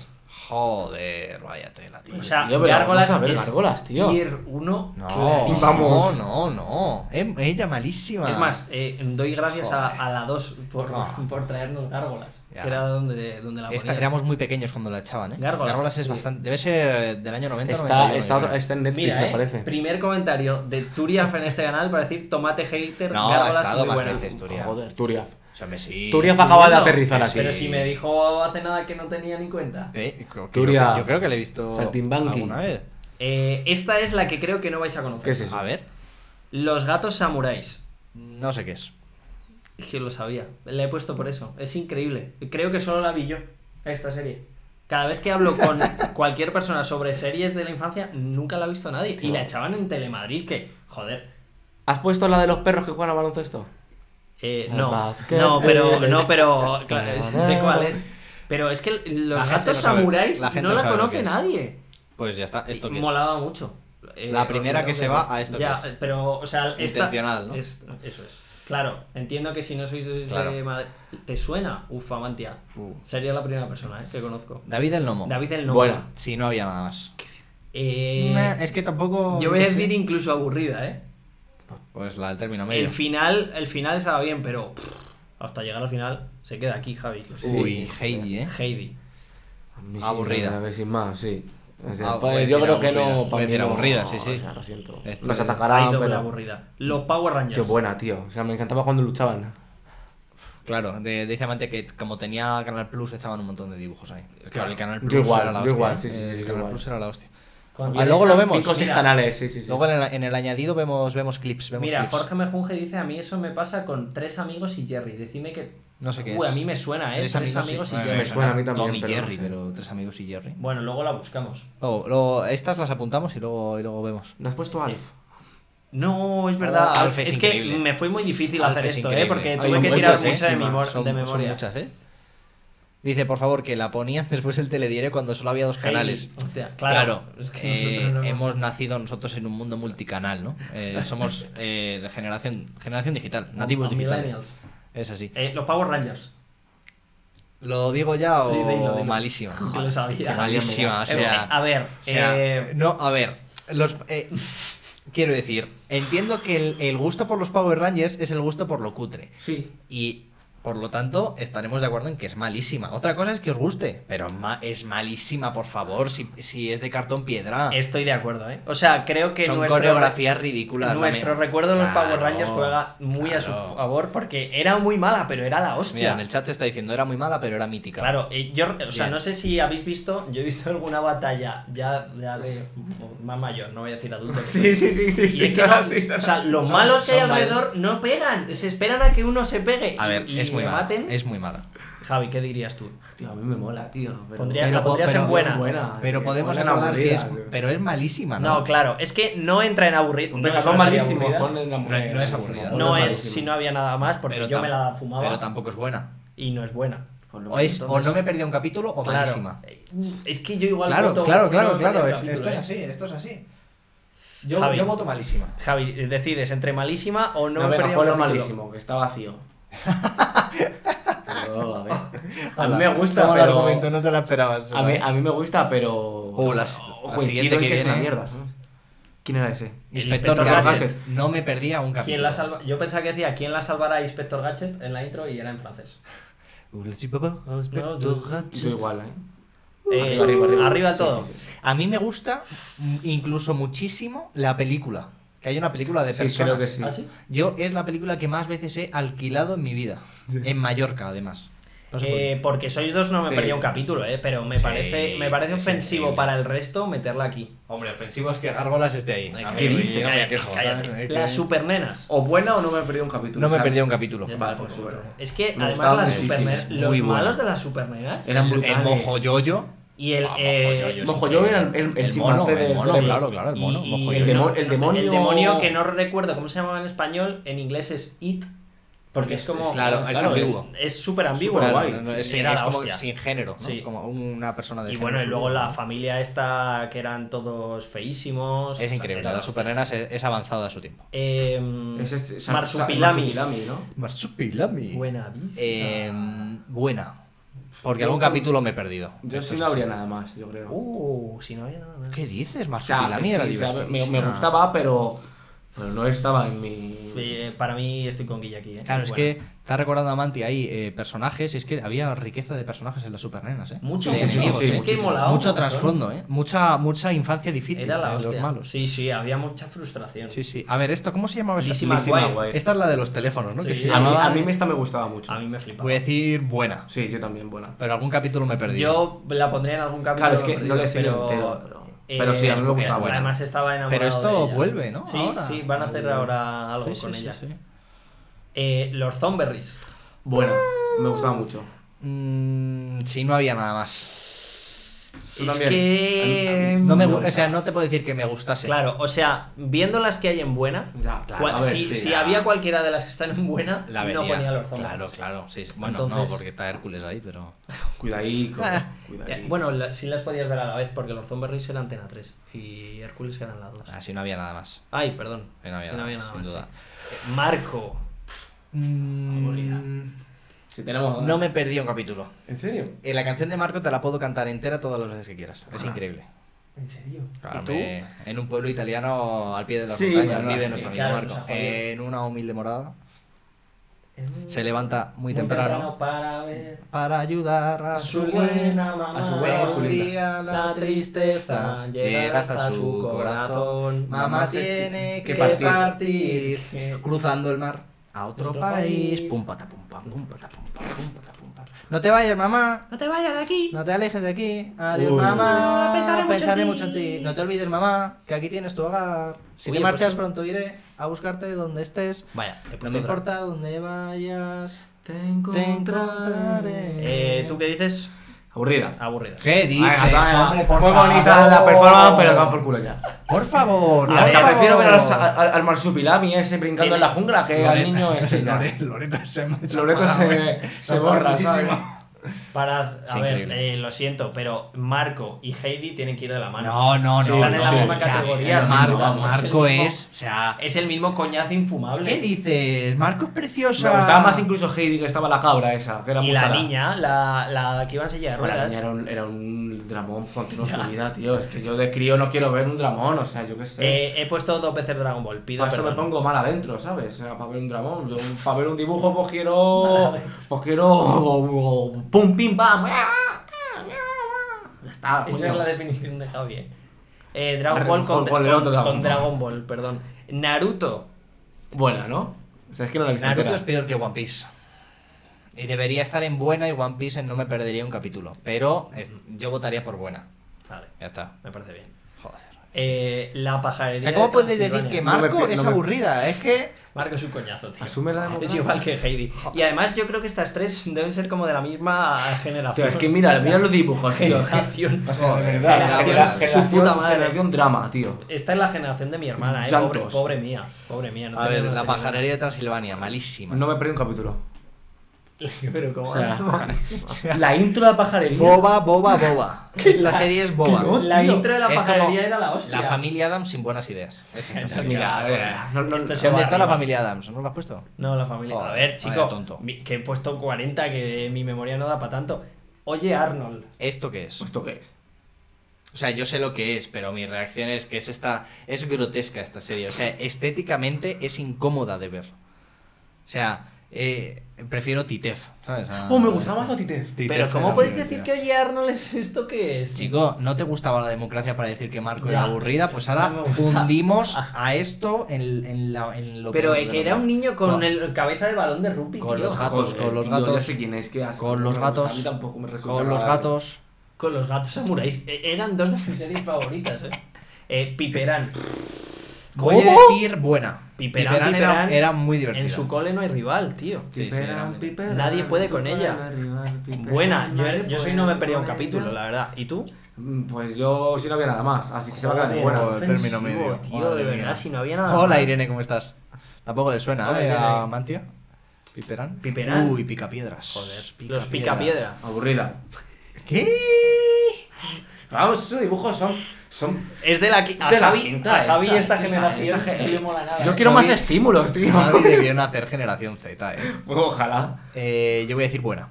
Joder, vaya tela, tío. O sea, Tío, pero Gárgolas vamos a ver, es Gárgolas, tío. Tier 1. no, clarísimo. vamos. No, no, no. Em- Ella malísima. Es más, eh, doy gracias a, Joder. a la 2 por, No. por traernos Gárgolas, Ya. que era donde, donde la Esta- ponían. éramos muy pequeños cuando la echaban, ¿eh? Ah, Gárgolas, es sí. bastante. Debe ser del año 90. Está, 91, está, yo creo. está en Netflix, Mira, me eh, parece. primer comentario de Turiaf en este canal para decir tomate hater, No, ha Gárgolas estado muy más buena. veces. Turiaf. Joder, Turiaf. O sea, me sí. Turiaf acaba de No, aterrizar aquí. Pero Sí. si me dijo hace nada que no tenía ni cuenta. Eh, creo que- yo, Turiaf. yo creo que le he visto. Saltimbanqui. Alguna vez. Eh, esta es la que creo que no vais a conocer. ¿Qué es eso? A ver. Los gatos samuráis. No sé qué es. Que lo sabía. La he puesto por eso. Es increíble. Creo que solo la vi yo, esta serie. Cada vez que hablo con cualquier persona sobre series de la infancia, nunca la ha visto nadie. Y la echaban en Telemadrid, que, joder. ¿Has puesto la de los perros que juegan al baloncesto? eh, El no, básquet. no, pero, no, pero, claro, es- sé cuál es. Pero es que los La gente gatos no sabe- samuráis la gente no no la sabe lo que conoce es. nadie. Pues ya está. Esto que es. Molaba mucho. Eh, La primera que se va a esto Ya, que es. pero, o sea, esta- Intencional, ¿no? es- eso es. Claro, entiendo que si no sois de Claro. Madrid- ¿Te suena? Ufa, Mantia. Uh. Sería la primera persona eh, que conozco. David el Nomo. David el Nomo. Bueno. Sí, no había nada más. Eh, Nah, es que tampoco. yo voy a qué sé. decir incluso aburrida, ¿eh? Pues la del término medio. El final, el final estaba bien, pero pff, hasta llegar al final se queda aquí, Javi. lo siento. Uy, Heidi, ¿eh? Heidi. A mí sí, Aburrida. A ver, sin más, sí. O sea, Ah, pa- voy a decir yo creo que aburrida, no. voy pa' a mí decir no- aburrida, sí, sí. o sea, lo siento. Esto Nos es- Hay atacarán, doble pero. aburrida. Los Power Rangers. Qué buena, tío. O sea, me encantaba cuando luchaban. Claro, de, dice Amante que como tenía Canal Plus echaban un montón de dibujos ahí. Claro, el Canal Yo Plus igual, era la yo hostia. igual, ¿eh? sí, sí, sí, el yo Canal igual. Plus era la hostia. Con- Ah, luego lo vemos. Cinco o seis Mira, canales, sí, sí, sí. Luego en el, en el añadido vemos, vemos clips, vemos Mira, clips. Jorge Mejunge dice, a mí eso me pasa con tres amigos y Jerry. Decime que... No sé qué Uy, es. a mí me suena, ¿eh? Tres, amigos, y bueno, Jerry. me suena a mí también, Tom y pero no Jerry, sé. pero tres amigos y Jerry. Bueno, luego la buscamos. Luego, luego estas las apuntamos y luego, y luego vemos. ¿No has puesto Alf? No, es verdad. Alf Alf, es es, increíble. que me fue muy difícil Alf hacer es esto, ¿eh? increíble. Porque Ay, tuve son que tirar muchas, mucho de, ¿eh? memor- Son, de son memoria. muchas, ¿eh? Dice, por favor, que la ponían después del telediario cuando solo había dos Hey, canales. hostia, Claro, claro. Es que eh, nosotros no hemos nacido nosotros en un mundo multicanal, ¿no? Eh, somos eh, de generación, generación digital, nativos a digitales. millennials. Es así. Eh, los Power Rangers. ¿Lo digo ya o Sí, dilo, dilo. Oh, malísimo? Que lo sabía. Qué malísima, o Eh, sea... a ver, o sea, eh, No, a ver, los... eh, quiero decir, entiendo que el, el gusto por los Power Rangers es el gusto por lo cutre. sí. Y... Por lo tanto, estaremos de acuerdo en que es malísima. Otra cosa es que os guste, pero ma- es malísima, por favor, si, si es de cartón piedra. Estoy de acuerdo, ¿eh? O sea, creo que Ah. Son nuestro- coreografías ridículas. la Nuestro me- recuerdo de los Claro, Power Rangers juega muy a su claro. favor porque era muy mala, pero era la hostia. Mira, en el chat se está diciendo era muy mala, pero era mítica. Claro, eh, yo, o sea, Bien. no sé si habéis visto, yo he visto alguna batalla ya, ya de más mayor, no voy a decir adulto. sí, sí, sí. Y es que no- o sea, los son- malos que hay son mal- alrededor no pegan, se esperan a que uno se pegue A ver, y, y es muy le mala. maten. Es muy mala. Javi, ¿qué dirías tú? Tío, a mí me mola, tío. Pero... Pondría- la podrías en buena. Pero sí, podemos ponen acordar que es. aburrida, tío. Pero es malísima, ¿no? No, claro, es que no entra en aburrido. Venga, no, son no sería malísimos. aburrida. ponen la- No es- no es aburrida. No ponen es malísimo. si no había nada más, porque pero yo me la tam- fumaba Pero tampoco es buena. y no es buena. Ponlo. O, es, o no me perdí un capítulo o Claro, malísima. es que yo igual Claro, voto- claro, yo claro, votaría claro. el es- capítulo, esto es ¿eh? así, esto es así. Yo, Javi. yo voto malísima. Javi, decides entre malísima o no No, venga, perdía ponlo un capítulo. malísimo, que está vacío. Pero, a ver. A Hala, mí me gusta, toma el pero. argumento, no te la esperabas. A mí, ¿sabes? a mí me gusta, pero. Oh, la- la coincido siguiente en que es una viene. mierda, ¿sabes? ¿Quién era ese? Inspector Inspector Gadget. Gadget. No me perdía un capítulo. ¿Quién la salva? Yo pensaba que decía ¿Quién la salvará Inspector Gadget en la intro y era en francés. Hola, sí, papá. No, yo- Gadget. Yo igual, ¿eh? Eh, Arriba, arriba, arriba. arriba Sí, todo. sí, sí. A mí me gusta mm, incluso muchísimo la película. Que hay una película de Sí, personas. creo que sí. ¿Ah, sí? Yo es la película que más veces he alquilado en mi vida. En Mallorca, además. No sé por qué. Eh, porque sois dos no me Sí. perdía un capítulo, eh, pero me Sí, parece, me parece es ofensivo increíble. para el resto meterla aquí. Hombre, ofensivo es que Gárgolas esté ahí. A ¿Qué mí, dices? yo no me Cállate, quejo. cállate. Eh, que- Las supernenas. O buena o no me he perdido un capítulo. No me o sea, perdí un capítulo. Ya está, vale, pues, pues, bueno. Es que Me además gustaba las muchísimo. supernenas, Muy los buena. malos de las supernenas Eran el, el brutales. mojoyoyo. y el, Ah, eh, mojoyoyo, Mojoyoyo sí. era el- este el- el mono, chimpancé el de- mono, de- claro, claro, el mono. y- mojoyoyo. el demo- demonio- el demonio que no recuerdo cómo se llamaba en español, en inglés es it, Porque es como. claro, es ambiguo. Es es súper ambiguo. Claro, guay. no, no, es, Y era es la como hostia. sin género, ¿no? Sí. Como una persona de Y género bueno, y fluido, luego la ¿no? familia esta que eran todos feísimos. o Es sea, increíble, era la la las hostia. supernenas es, es avanzada a su tiempo. Em, Es este- Sa- Sa- Marsupilami. Marsupilami, ¿no? Marsupilami. Buena vista. Eh, buena. Porque Yo algún creo- capítulo me he perdido. Yo sí no habría nada más, yo creo. Uh, si no había nada más. ¿Qué dices, O sea, Marsupilami? era sí, Ah. o sea, me, me divertidísima. gustaba, pero, pero no estaba en mi. Eh, para mí estoy con Guille aquí. eh. Claro, es Bueno. que está recordando a Manti ahí eh, personajes, y es que había riqueza de personajes en las supernenas, ¿eh? Mucho, De Sí, sí, sí, enemigos, sí, ¿eh? es que muchísimo. molaba. Mucho un montón. trasfondo, ¿eh? Mucha, mucha infancia difícil Era la de los hostia. malos. Sí, sí, había mucha frustración. Sí, sí. A ver, esto, ¿cómo se llamaba esta? Lizzie Lizzie McGuire. McGuire. Esta es la de los teléfonos, ¿no? Sí, que se sí. A mí, llamaba... a mí esta me gustaba mucho. A mí me flipaba. Voy a decir buena, Sí, yo también, buena. pero algún capítulo me he perdido. Yo la pondría en algún capítulo. Claro, es que no le he pero... seguido entero, pero- pero sí, a mí me es- gustaba. es- Bueno. Además estaba enamorado Pero esto de ella. vuelve, ¿no? Sí, Ahora. sí, van a hacer ahora algo Sí, con sí, ella. sí, sí. Eh, los Zomberries. Bueno, me gustaba mucho. Mm, sí, no había nada más. Tú es también. que... No me, No. gu- o sea, no te puedo decir que me gustase. Claro, o sea, viendo las que hay en buena, Ya, claro, cual- a ver, si, sí, si ya. había cualquiera de las que están en buena, La vería. no ponía los Zomberries. Claro, claro. Sí, sí. Bueno, Entonces- no, porque está Hércules ahí, pero... Cuidadico. Ah. Eh, cuidadico. Bueno, la- sí las podías ver a la vez, porque los Zomberries eran Antena 3 y Hércules eran las 2. Pues Así no había nada más. Ay, perdón. Que no había Sí, nada, nada sin más, duda. sí. Eh, Marco. Aburrida. si tenemos. Mm, No me perdí un capítulo. ¿En serio? Eh, la canción de Marco te la puedo cantar entera todas las veces que quieras. Es increíble. ¿En serio? Claro, ¿Y tú? me- en un pueblo italiano al pie de las Sí, montañas bueno, vive sí, nuestro claro, amigo nos ha Marco. jodido. en una humilde morada. Se levanta muy, temprano, para ver para ayudar a su buena mamá. a su buena un abuelita. día la tristeza llega hasta su corazón. Mamá tiene que partir. Eh, cruzando el mar a otro, Otro país. país. Pum, pata, pum, pam, pum, pata, pum, pam, pum, pata, pum, pam. No te vayas, mamá. No te vayas de aquí. No te alejes de aquí. Adiós, Uy. mamá. Pensaré mucho en ti. No te olvides, mamá, que aquí tienes tu hogar. Si Oye, te pues- marchas pronto iré a buscarte donde estés. Vaya, he No puesto me otra. importa donde vayas. Te Te encontraré. Eh, ¿Tú qué dices? Aburrida. Ah, Aburrida. ¿Qué dices, Venga, hombre, va, por Muy favor? bonita la performance, pero va por culo ya. Por favor. O por sea, favor. prefiero ver a los- a- al, al marsupilami ese brincando en la jungla que al Loreta- niño este. ya. Lore- Loreto se me ha hecho Loreto mal, güey. se, se borra, ¿sabes? Parad, a Es ver, increíble. eh, lo siento, pero Marco y Heidi tienen que ir de la mano. No, no, no. Sí, están en la no, misma o sea, categoría, sí, Marco, vamos, Marco el mismo- es. O sea, Es el mismo coñazo infumable. ¿qué dices? Marco es preciosa. Me gustaba más incluso Heidi que estaba la cabra esa, que era Y muy la sana. niña, la, la que iba en silla de Joder, la ruedas. niña era un, era un dramón continuo en su vida, tío. Es que yo de crío no quiero ver un dramón, o sea, yo qué sé. Eh, he puesto dos veces Dragon Ball. Pido Para eso me perdón. pongo mal adentro, ¿sabes? O sea, para ver un dramón. Yo para ver un dibujo, pues quiero. Pues quiero. Pum, pim, pam. ¡ah, Ya está. Esa coño. es la definición de Javier. Eh, Dragon Ball Con- con, con el con- otro Dragon con Ball. Dragon Ball, perdón. Naruto. Buena, ¿no? O sea, es que no la he visto Naruto es entera. peor que One Piece. Y debería estar en buena y One Piece en no me perdería un capítulo. Pero es- yo votaría por buena. Vale, Ya está. me parece bien. Joder. Eh, la pajarería. O sea, ¿cómo de puedes decir que Transilvania. No me Marco pi- es no me- aburrida? Es que. Marco es un coñazo, tío. Asume la Es democracia. igual que Heidi. Y además, yo creo que estas tres deben ser como de la misma Tío, generación. es que mira, mira los dibujos, tío. es que- Generación. O sea, de Joder, verdad, generación- generación, su puta madre. generación drama, tío. Esta es la generación de mi hermana, eh. Pobre, Santos. pobre mía. Pobre mía. no A ver, tenemos la hermana. pajarería de Transilvania, malísima. No me perdí un capítulo. Pero cómo. O sea, la intro de la pajarería. Boba, boba, boba. Esta serie es boba. no, la tío, intro de la es pajarería como era la hostia. La familia Adams sin buenas ideas. Es esta serie. Mira, eh, no, no, Esto no. se ¿Dónde va está la arriba. familia Adams? ¿No la has puesto? No, la familia. a Joder, ver, chico, vaya tonto. mi- que he puesto 40, que mi memoria no da para tanto. Oye, Arnold. ¿Esto qué es? ¿Esto qué es? O sea, yo sé lo que es, pero mi reacción es que es esta. Es grotesca esta serie. O sea, estéticamente es incómoda de ver. O sea, eh, prefiero Titef. ¿Sabes? A- Ah, este Oh, me gustaba más Titef. Titef Pero, ¿cómo era puedes muy decir que divertida. Oye, Arnold es esto que es? Chico, ¿no te gustaba la democracia para decir que Marco Ya. era aburrida? Pues ahora No me gusta. hundimos a esto en, en la- en lo Pero peor eh, de que lo era peor. un niño con No. el cabeza de balón de rugby, Con tío. los gatos, con los gatos. Yo ya sé quién es, que hace- Con los gatos. A mí tampoco me resulta ¿eh? Con los agradable. gatos. Con los gatos samuráis. Eh, eran dos de mis series favoritas, eh. Eh, Piperán. Voy a ¿Cómo? decir buena. Piperán, Piperán era- Piperán, era, muy divertida. En su cole no hay rival, tío. Sí, sí, era muy- Nadie puede con ella. Buena, yo, yo soy no me he perdido un capítulo, la verdad. ¿Y tú? Mm, Pues yo sí no había nada más, así que se va a quedar en Joder, buena. Bueno, término medio. Tío, de Madre verdad, mía. si no había nada. Hola más. Irene, ¿cómo estás? Tampoco le suena Hola, ¿eh? a Irene. Mantia. ¿Piperán? Piperán. Uy, picapiedras. Joder, Los picapiedra. Aburrida. ¿Qué? Vamos, esos dibujos son. son... Es de la, qui- a De la Javi, quinta a Javi esta, esta, esa- esa generación gen- no le mola nada. eh. Yo quiero Xavi- más estímulos, tío. Nadie debió nacer generación Z, eh. Pues ojalá. Eh, Yo voy a decir buena.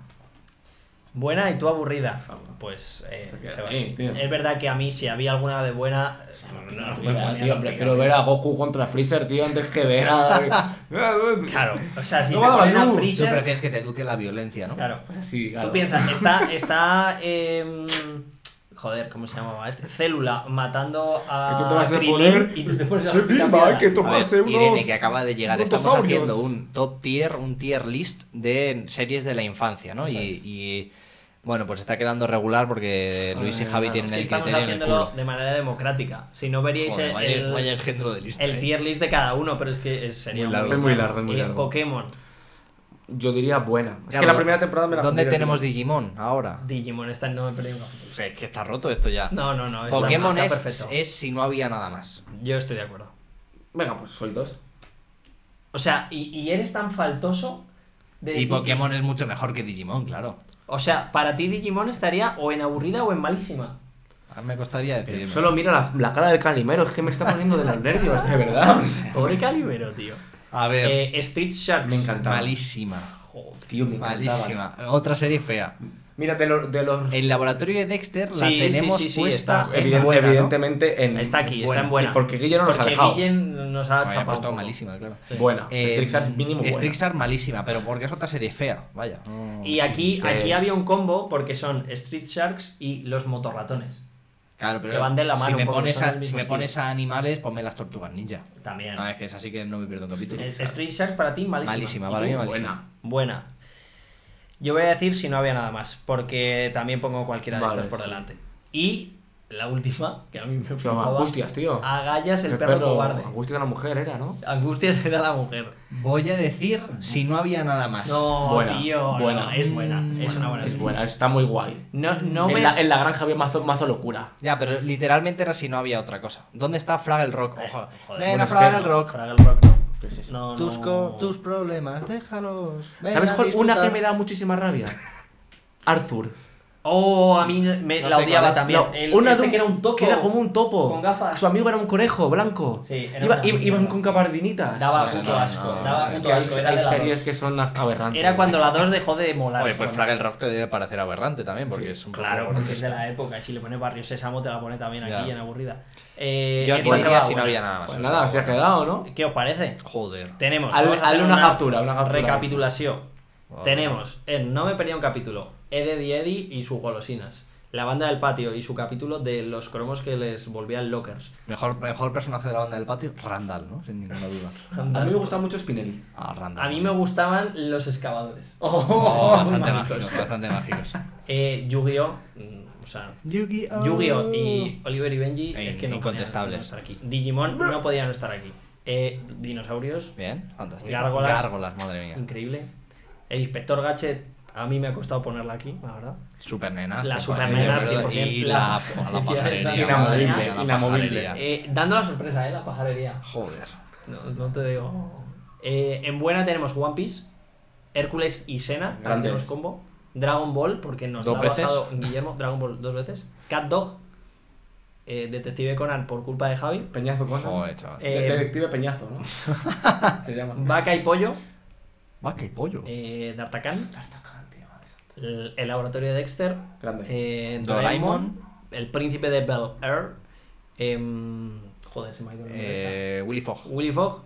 Buena y tú aburrida. Pues eh, Se queda se va. ahí, tío. es verdad que a mí, si había alguna de buena. no, no me Mira, ponía tío, la prefiero pica. ver a Goku contra Freezer, tío, antes que ver a. Claro, o sea, si No va te a dar ponen a luz. Tú Freezer. prefieres que te eduque la violencia, ¿no? Claro. Sí, claro. Tú piensas, está. está eh, joder, ¿cómo se llamaba este? Célula matando a. Y tú te vas a Krillin poner- Y tú te pones a Krillin, pica va, piedra. que to- A ver, Tomarse unos Irene, que acaba de llegar, estamos brontosaurios. haciendo un top tier, un tier list de series de la infancia, ¿no? Y, y, bueno, pues está quedando regular porque Luis y Joder, Javi hermano, tienen Es que el estamos criterio en el haciéndolo culo. de manera democrática. Si no veríais Joder, el- vaya, el, vaya engendro de lista. el eh. tier list de cada uno, pero es que es- sería Muy largo. un- Es muy largo, es muy Y largo. Pokémon, Yo diría buena. Es Ya, que la pero, primera temporada me la ¿Dónde jugué, tenemos tío. Digimon ahora? Digimon, esta no me perdí un capítulo. O sea, es que está roto esto ya. No, no, no. está- Pokémon está es, perfecto. es si no había nada más. Yo estoy de acuerdo. Venga, pues soy dos. O sea, y, y eres tan faltoso de Y decir- Pokémon es mucho mejor que Digimon, claro. O sea, para ti Digimon estaría o en aburrida o en malísima. A mí me costaría decidirme. Solo mira la, la cara del Calimero, es que me está poniendo de los nervios, de verdad. o sea. Pobre Calibero, tío. A ver, Eh, Street Sharks. Me encantaba. malísima. Joder. Tío, me encantaba. Malísima. Otra serie fea. Mira, de, lo- de los. eh, El laboratorio de Dexter la Sí, sí, tenemos sí, sí, puesta está. en evidente- buena, ¿no? evidentemente en. Está aquí, está en buena. buena. ¿Y Porque Guille no nos ha Porque dejado. Guille nos ha Me había chapado. un puesto poco. malísima, claro. Buena. Eh, Strixar mínimo buena. Strixar malísima, pero porque es otra serie fea, vaya. Y aquí, Entonces- aquí había un combo porque son Street Sharks y los motorratones. Claro, pero que van de la si mano me un poco, pones son del a, mismo si me estilo. pones a animales, ponme las tortugas ninja. También. Ah, No, es que es así que no me pierdo un capítulo. Es- Street Sharks para ti malísima. Malísima, ¿Y para tú? mí malísima. Buena. Buena. Yo voy a decir si no había nada más, porque también pongo cualquiera de Vale, estas por sí. delante. Y la última, que a mí me Tío, flipaba. Angustias, tío. Agallas el perro cobarde. Angustias de la mujer era, ¿no? Angustias era la mujer. Voy a decir si no había nada más. No, Buena, tío. no, buena. es buena. Es una buena. Es buena, está muy guay. No, no en, me. la, en la granja había mazo, mazo locura. Ya, pero literalmente era si no había otra cosa. ¿Dónde está Fraggle Rock? Ojo. Eh, joder, Ven bueno, a es que- Fraggle Rock. Fraggle Rock no. No, Tus, no. co- tus problemas, déjalos. Ven ¿Sabes a cuál? Una que disfrutar. me da muchísima rabia. Arthur. Oh, a mí me, No la sé cuál odiaba es. también. No, El- una este de un- que era un topo. que era como un topo. Con gafas. Su amigo era un conejo blanco. Sí, era Iba- una i- iban mierda. con gabardinitas. Daba No sé, puto no, asco. no, daba no sé. puto asco. Era, hay de la series dos. que son aberrantes. Era cuando la 2 dejó de molar. Oye, pues Fraggle Rock te debe parecer aberrante también, porque Sí, es un poco Claro, porque es grotesco. de la época. y Si le pones Barrio Sésamo, te la pone también Ya. aquí en aburrida. Eh, Yo aquí esta se diría va si no buena. había nada más. Pues nada, se ha quedado, ¿no? ¿Qué os parece? Joder. Tenemos. Hazle- vamos a hacer hazle una captura, una captura. Recapitulación. Vale. Tenemos en No me perdía un capítulo. Eddie y Eddie y sus golosinas. La banda del patio y su capítulo de los cromos que les volvían lockers. Mejor, mejor personaje de la banda del patio, Randall, ¿no? Sin ninguna duda. A mí me gusta mucho Spinelli. Ah, Randall. A mí me gustaban los excavadores. Oh, bastante mágicos. mágicos, bastante mágicos. Eh, Yu-Gi-Oh! mm, O sea, Yu-Gi-Oh! Yu-Gi-Oh! y Oliver y Benji Eh, es que no podían incontestables. no estar aquí. Digimon no podían estar aquí. Eh, dinosaurios, Bien, fantástico. Gárgolas. Gárgolas, madre mía. increíble. El inspector Gadget, a mí me ha costado ponerla aquí, la verdad. Super nenas. La supernenas, Y 100%. la, La- a la pajarería. Inamovible, madre mía, la inamovible. pajarería. Eh, dando la sorpresa, ¿eh? La pajarería. Joder. No, no te digo. Eh, en buena tenemos One Piece, Hércules y Sena, ahí Grandes. tenemos combo. Dragon Ball, porque nos Dos la ha veces. bajado Guillermo, Dragon Ball dos veces. Cat Dog, eh, Detective Conan por culpa de Javi. Peñazo, ¿cómo? Joder, chaval. Eh, De- Detective Peñazo, ¿no? Se llama. Vaca y Pollo, Va, que pollo. eh, D'Artagnan, Tartacán, tío, madre santa. el, el laboratorio de Dexter, Grande. eh, Doraemon. Doraemon, el príncipe de Bel Air, em, joder, se me ha ido el nombre de esta. Eh, Willy Fogg. Willy Fogg,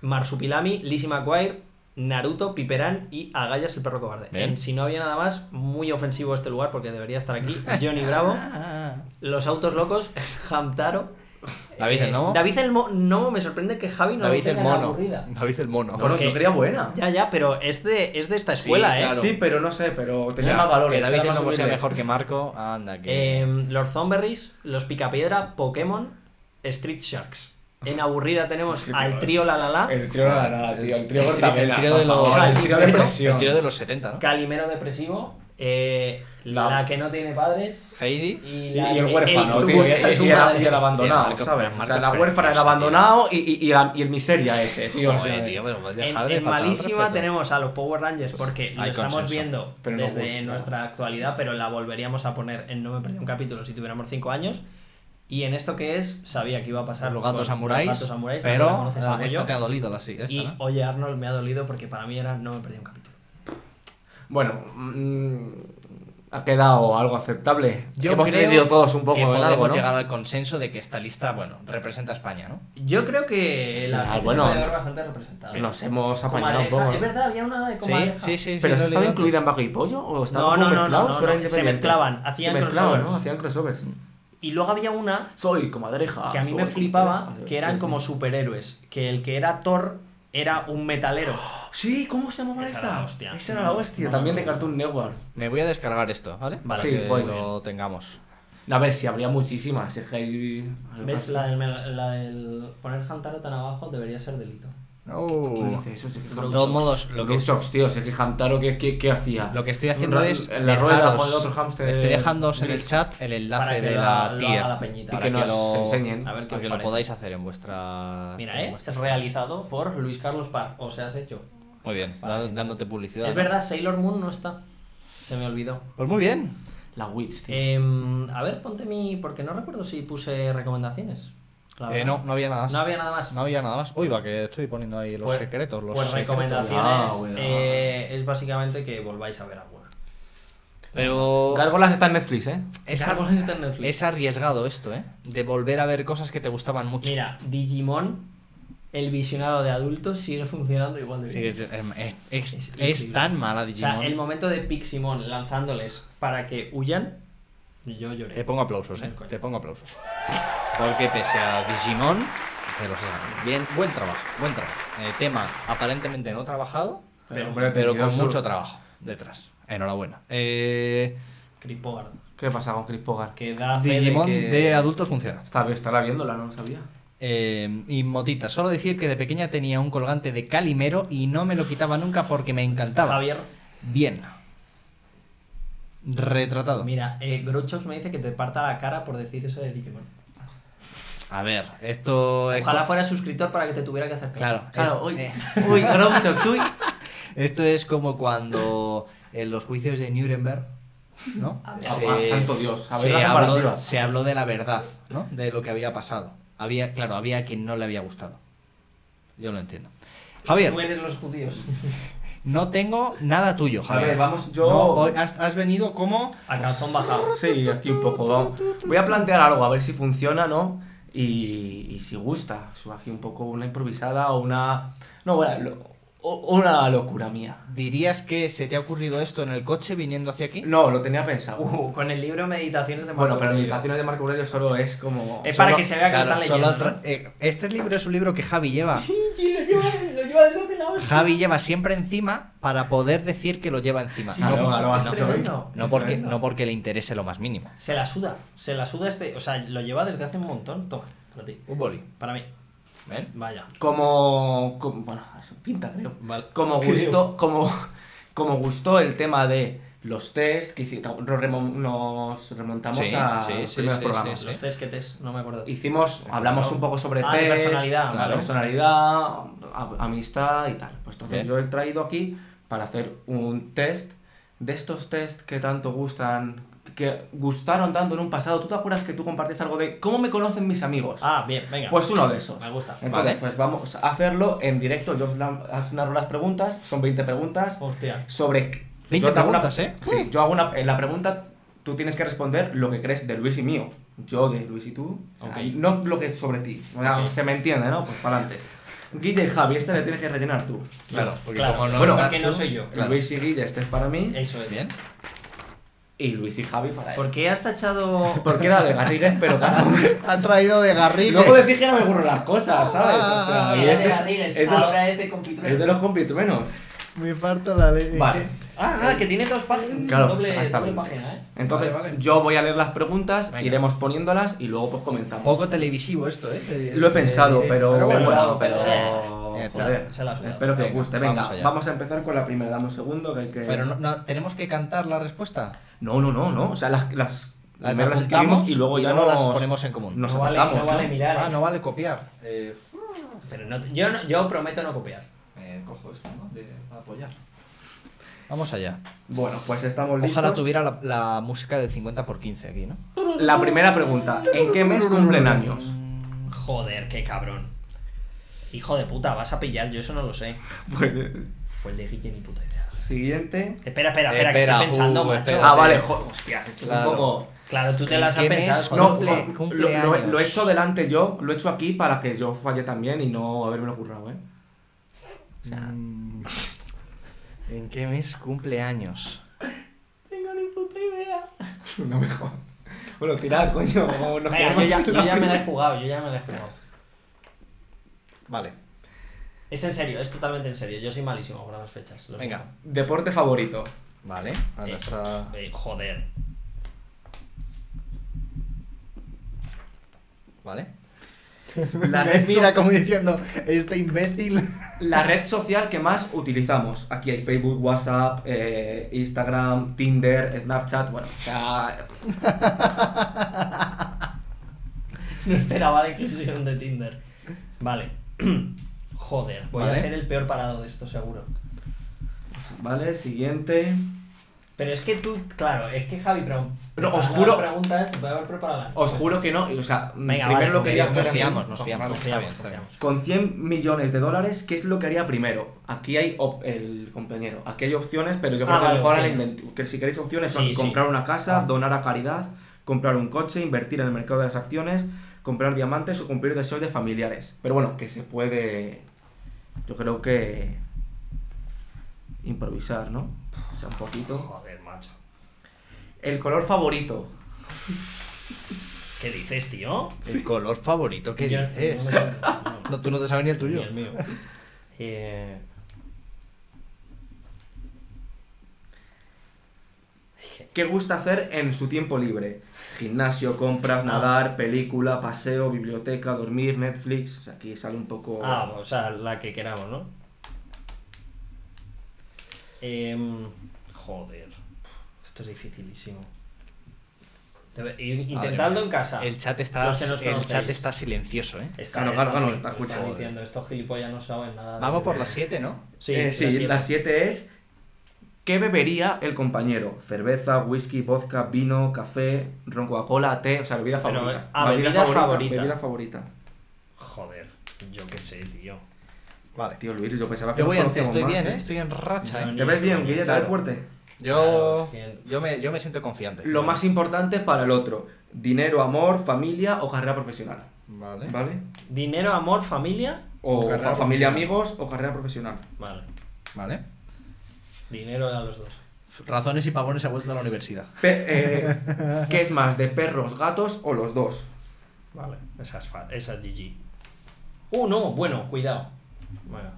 Marsupilami, Lizzie McGuire, Naruto, Piperán y Agallas el perro cobarde. Bien. En si no había nada más, muy ofensivo este lugar porque debería estar aquí. Johnny Bravo, Los Autos Locos, Hamtaro. eh, David el Nomo. David el Mo- Nomo, me sorprende que Javi no David lo el tenga en la mono. aburrida. David el mono. Bueno, porque- yo quería buena. Ya, ya, pero es de, es de esta Sí, escuela, ¿eh? claro. Sí, pero no sé, pero O tenía sea, más valores. Que David era el más Nomo sea humilde. mejor que Marco. Anda, que. Eh, los Zomberries, Los Picapiedra, Pokémon, Street Sharks. En aburrida tenemos al trío La La La. eh. El trío no era nada, tío. El trío el, trío- el Hortavela, trío de por los. favor, El trío de el presión. trío de los 70, ¿no? Calimero depresivo, eh, la... La- que no tiene padres Heidi. y, Y, la y el que- huérfano, que tío, y, busca a y- su y el- madre. y el abandonado, Tío, marca- ¿sabes? O sea, marca la huérfana, el preciosa, abandonado y, y, y la- y el miseria ese, tío. eh, o Joder, sea, tío, pero me has En, dejado de en faltar al malísima respeto. Pues tenemos a los Power Rangers porque lo hay estamos consenso, viendo pero no desde gusta. nuestra actualidad, pero la volveríamos a poner en No me perdí un capítulo si tuviéramos 5 años. Y en esto que es, sabía que iba a pasar Los con gatos samuráis. los gatos samuráis, no la pero conoces, ah, algo esta yo. te ha dolido la sí. Esta, Y ¿no? oye Arnold me ha dolido porque para mí era No me perdí un capítulo. Bueno, mm, ha quedado algo aceptable. Yo Hemos creo cedido todos un poco que en podemos algo, ¿no? llegar al consenso de que esta lista, bueno, representa a España, ¿no? Yo creo que la Ah, gente bueno, se puede ver no- bastante representada. Nos hemos apañado un Comadreja, poco. Es ¿no? verdad, había una de Sí, comadreja. sí, sí. sí, lo he ¿Pero eso estaba leído incluida en Vago y Pollo? ¿O estaba No, como no, no, mezclado? no, no, ¿O era no, se independiente? mezclaban, hacían se mezclaban, ¿no? crossovers. Hacían crossovers. Y luego había una Soy comadreja. que a mí soy me flipaba, comadreja. que eran como superhéroes. Que el que era Thor era un metalero. Sí, ¿cómo se llamaba Esa esa? era la hostia. Esa era la hostia, también de Cartoon Network. Me voy a descargar esto, ¿vale? Para Sí, que voy. lo tengamos. A ver, si habría muchísimas. es que hay- ¿Ves? La del, la del poner Hamtaro tan abajo debería ser delito. ¿Quién Oh. dice eso? Si es que De Hamtaro- todos modos, lo que, Blue Socks, tío, si es que Hamtaro, ¿qué, qué, qué hacía? lo que estoy haciendo Ra- es. en la rueda con dejaros- el otro hámster. Estoy dejándoos en el gris. chat el Para enlace que de lo- la lo tier. haga la peñita. para Y que nos lo- enseñen. A ver qué para os que lo parece. podáis hacer en vuestras. Mira, en ¿eh? vuestras- Es realizado por Luis Carlos Par. O sea, has hecho. Muy bien, da- dándote publicidad. Es ¿no? verdad, Sailor Moon no está. Se me olvidó. Pues muy bien. La Witch, tío. Eh, Em, a ver, ponte mi. Porque no recuerdo si puse recomendaciones. la Eh, verdad. no, no había nada más. No había nada más. No había nada más. Uy, va, que estoy poniendo ahí los Pues- secretos. Los pues secretos. recomendaciones Ah, bueno. eh, es básicamente que volváis a ver alguna. Pero. Gárgolas está en Netflix, ¿eh? Es, ar- Cargos está en Netflix. es arriesgado esto, ¿eh? De volver a ver cosas que te gustaban mucho. Mira, Digimon, el visionado de adultos, sigue funcionando igual de Sí, bien. es, es- es- Es es increíble. tan mala o sea, Digimon. el momento de Piximon lanzándoles para que huyan, yo lloré. Te pongo aplausos, ¿eh? Te pongo aplausos. Porque pese a Digimon, te lo sacan. Bien, buen trabajo, buen trabajo. Eh, tema aparentemente no trabajado, Pero, hombre, pero tenía con su- mucho trabajo detrás. Enhorabuena. Eh, Cripogard, ¿Qué pasa con Chris Pogar? que da fe Digimon de, que- de adultos funciona. Está, estará viéndola, no lo sabía. Eh, y Motita, solo decir que de pequeña tenía un colgante de Calimero y no me lo quitaba nunca porque me encantaba. Javier, Bien. Retratado. mira, eh, Grouchox me dice que te parta la cara por decir eso de Digimon. A ver, esto es. Ojalá fuera suscriptor para que te tuviera que hacer caso. Claro, es- uy, eh. uy, Grouchox, uy. Esto es como cuando en los juicios de Nuremberg, ¿no? Ah, santo Dios, a ver se la habló, comparativa. se habló de la verdad, ¿no? De lo que había pasado. Había, claro, había quien no le había gustado. Yo lo entiendo. Tú Javier, eres los judíos. no tengo nada tuyo, Javier. ver, vamos, yo- No, hoy has, has venido como... A calzón bajado. Sí, aquí un poco. vamos. Voy a plantear algo, a ver si funciona, ¿no? Y, y si gusta. Subo aquí un poco una improvisada o una. No, bueno, lo- o- una locura mía. ¿Dirías que se te ha ocurrido esto en el coche viniendo hacia aquí? No, lo tenía pensado. Uh, con el libro Meditaciones de bueno, Marco pero Aurelio. meditaciones de Marco Aurelio solo es como. Es para que se vea que lo están solo leyendo, tra- eh, este libro es un libro que Javi lleva. Sí, lo lleva, lo lleva detrás de la hostia. Javi lleva siempre encima para poder decir que lo lleva encima. Ah, No, no, no, no, es no, tremendo. No Es porque, tremendo. no porque le interese lo más mínimo. Se la suda, se la suda este. O sea, lo lleva desde hace un montón. Toma, para ti. Un boli. Para mí. ¿Ven? Vaya. Como, como- bueno, eso pinta, creo. Vale. Como gustó, como, como gustó el tema de los test, que hici- nos remon- nos remontamos Sí, a sí, los sí, primeros sí, programas. sí, Los test que test, no me acuerdo. Hicimos, hablamos un poco sobre Ah, de test, personalidad, de vale. personalidad, a- amistad y tal. Pues entonces Bien. yo he traído aquí para hacer un test de estos test que tanto gustan, que gustaron tanto en un pasado. ¿Tú te acuerdas que tú compartes algo de cómo me conocen mis amigos? Ah, bien, venga. Pues uno de esos. Me gusta. Entonces, Vale. pues vamos a hacerlo en directo. Yo os lan- os narro las preguntas, son 20 preguntas. Hostia. Sobre. 20 yo te hago una- preguntas, ¿eh? Sí, yo hago una. En la pregunta, tú tienes que responder lo que crees de Luis y mío. Yo de Luis y tú. O sea, Ok. No lo que sobre ti. O sea, Ok. Se me entiende, ¿no? Pues para adelante. Guille y Javi, este le tienes que rellenar tú. Claro, porque Claro, como no bueno, estás porque no tú- soy yo. Claro. Luis y Guille, este es para mí. Eso es. Bien. Y Luis y Javi para él. Eh. ¿Por qué has tachado. Porque era de Garrigues, pero tampoco. Ha traído de Garriga. pues. Luego decís que no me ocurren las cosas, ¿sabes? O sea, Ah, y Era es de- Garrigues, es de los- ahora es de Compitrueno. Es de los compitruenos. Me parto la ley. Vale. Mm. Ah, ah, que tiene dos páginas. Claro, doble, hasta doble 20. página, ¿eh? Entonces, Vale, vale. yo voy a leer las preguntas, Venga. Oh, iremos poniéndolas y luego pues comentamos. Poco televisivo esto, ¿eh? Lo he pensado, pero, Pero bueno, pero- pero- pero Eh, claro, joder. se la suda. Espero que os Venga, guste. Venga, vamos vamos, allá. a empezar con la primera. Dame un segundo que hay que. Pero no- no, tenemos que cantar la respuesta. No, no, no, no. O sea, las, las, Las primero las apuntamos escribimos y luego y ya luego nos las ponemos en común. Nos no vale, atacamos, no vale mirar. Ah, eh. no vale copiar. Eh, Pero no, yo, no- yo prometo no copiar. eh, cojo esto, ¿no? De apoyar. Vamos allá. Bueno, pues estamos listos. Ojalá tuviera la, la música del 50 por 15 aquí, ¿no? La primera pregunta: ¿En qué mes cumplen años? Joder, qué cabrón. Hijo de puta, vas a pillar, yo eso no lo sé. Pues, eh, Fue el de Guille ni puta idea. siguiente. Espera, espera, espera, que Espera, estoy pensando, uh, macho. espera. Ah, vale, jo- hostias, esto es Claro. un poco. Claro, tú te ¿En las has qué mes pensado. No, Cumple- jo- cumple lo, lo he- años. lo he hecho delante yo, lo he hecho aquí para que yo falle también y no haberme lo currado, ¿eh? Mm. ¿En qué mes cumple años? Tengo ni puta idea. No mejor. Bueno, tirad, coño. como nos Venga, queremos. yo ya, yo ya me la he jugado, yo ya me la he jugado. Vale. Es en serio, es totalmente en serio. Yo soy malísimo con las fechas. lo Venga. Deporte favorito. Vale. siento. Ahora está... Eh, eh, joder. Vale. La red, so- como diciendo, este imbécil. la red social que más utilizamos. Aquí hay Facebook, WhatsApp, eh, Instagram, Tinder, Snapchat. Bueno, o sea, No esperaba la inclusión de Tinder. Vale. Joder, voy Vale. a ser el peor parado de esto, seguro. vale, siguiente. Pero es que tú, claro, es que Javi pregunta. No, os juro- preguntas, voy a haber preparado la- Os juro que no. O sea, Venga, primero vale, lo que confío, haría Nos fuera- fiamos, nos fiamos. Vamos, Está bien, vamos, está bien. vamos. Con 100 millones de dólares, ¿qué es lo que haría primero? Aquí hay op- el compañero, aquí hay opciones, pero yo Ah, creo que vale, mejor la opciones. invent- que si queréis opciones son Sí, sí. comprar una casa, Ah. donar a caridad, comprar un coche, invertir en el mercado de las acciones, comprar diamantes o cumplir deseos de familiares. Pero bueno, que se puede. Yo creo que improvisar, ¿no? O sea, un poquito. Joder, macho. El color favorito. ¿Qué dices, tío? El color favorito que Yo- dices. no, no, no. No, tú no te sabes ni el tuyo. Ni el mío. Eh, ¿Qué gusta hacer en su tiempo libre? Gimnasio, Ah. compras, nadar, película, paseo, biblioteca, dormir, Netflix. O sea, aquí sale un poco. Ah, o sea, la que queramos, ¿no? Em, joder. Esto es dificilísimo. Debe- ir intentando en casa. El chat está, Los que nos el chat conocéis. está silencioso, ¿eh? Está- Claro, claro, está- claro, está están escuchando. diciendo, estos gilipollas no saben nada. de- Vamos por las 7, ¿no? Sí, Eh, sí, siete. la 7 es. ¿Qué bebería el compañero? Cerveza, whisky, vodka, vino, café, ron Coca-Cola, té. O sea, bebida Pero, favorita. ah, bebida favorita. Bebida favorita. Joder, yo qué sé, tío. Vale. Tío Luis, yo pensaba que Yo voy nos en- conocíamos estoy más, bien, ¿eh? ¿eh? Estoy en racha, No, ¿eh? ni- ¿Te ves bien, Claro. Guille? ¿Te ves fuerte? Yo, Claro, es que- yo, me, yo me siento confiante. Lo más importante para el otro: dinero, amor, familia o carrera profesional. Vale. ¿Vale? Dinero, amor, familia. O, O ¿Eh? carrera fa- familia, profesional. amigos o carrera profesional. Vale. Vale. Dinero a los dos. Razones y pavones ha vuelto a la universidad. Pe- eh, ¿Qué es más, de perros, gatos o los dos? Vale, esa es, fa- esa es GG. Uh, no, bueno, cuidado. Bueno.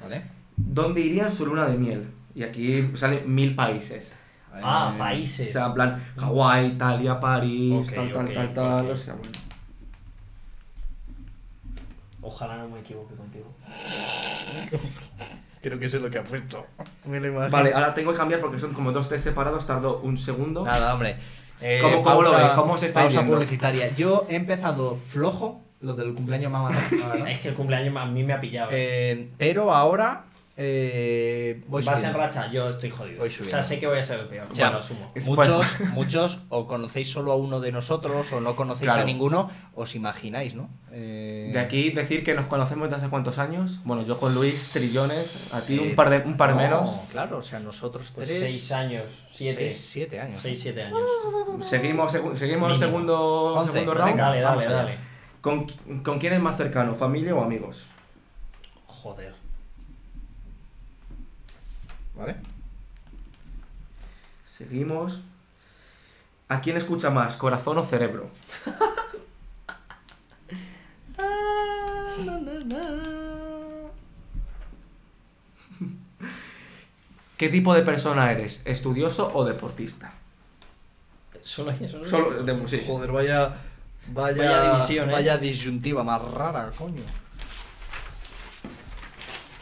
Vale. ¿Dónde irían su luna de miel? Y aquí salen mil países. Ah, Eh, países. O sea, en plan, Hawái, Italia, París, Ok, tal, tal, ok, tal, tal. ok. O sea, bueno. Ojalá no me equivoque contigo. Creo que sé lo que ha puesto. Me lo imagino. Vale, ahora tengo que cambiar porque son como dos test separados, tardo un segundo. Nada, hombre. Eh, ¿Cómo- cómo lo veis? ¿Cómo os estáis pausa viendo? publicitaria. Yo he empezado flojo lo del cumpleaños mamá. Es que el cumpleaños a mí me ha pillado. eh. Eh, pero ahora eh, voy Vas en subiendo. racha, yo estoy jodido. Voy o sea, subiendo. sé que voy a ser el peor. O sea, bueno, asumo. es- Muchos, muchos, o conocéis solo a uno de nosotros, o no conocéis Claro. a ninguno, os imagináis, ¿no? Eh, De aquí decir que nos conocemos desde hace cuántos años. Bueno, yo con Luis, trillones, a ti eh, un par de un par no, menos. Claro, o sea, nosotros Pues tres. seis años, siete. seis, siete años. 6, 7 años. Seguimos, segu- seguimos Mínimo. segundo, Once, segundo round. venga. dale, vamos dale, allá. dale. ¿Con, qui- ¿Con quién es más cercano, familia o amigos? Joder. ¿Vale? Seguimos. ¿A quién escucha más, corazón o cerebro? ¿Qué tipo de persona eres, estudioso o deportista? Solo hay solo. Solo de sí. Joder, vaya. Vaya, Vaya división, ¿eh? vaya disyuntiva más rara, coño.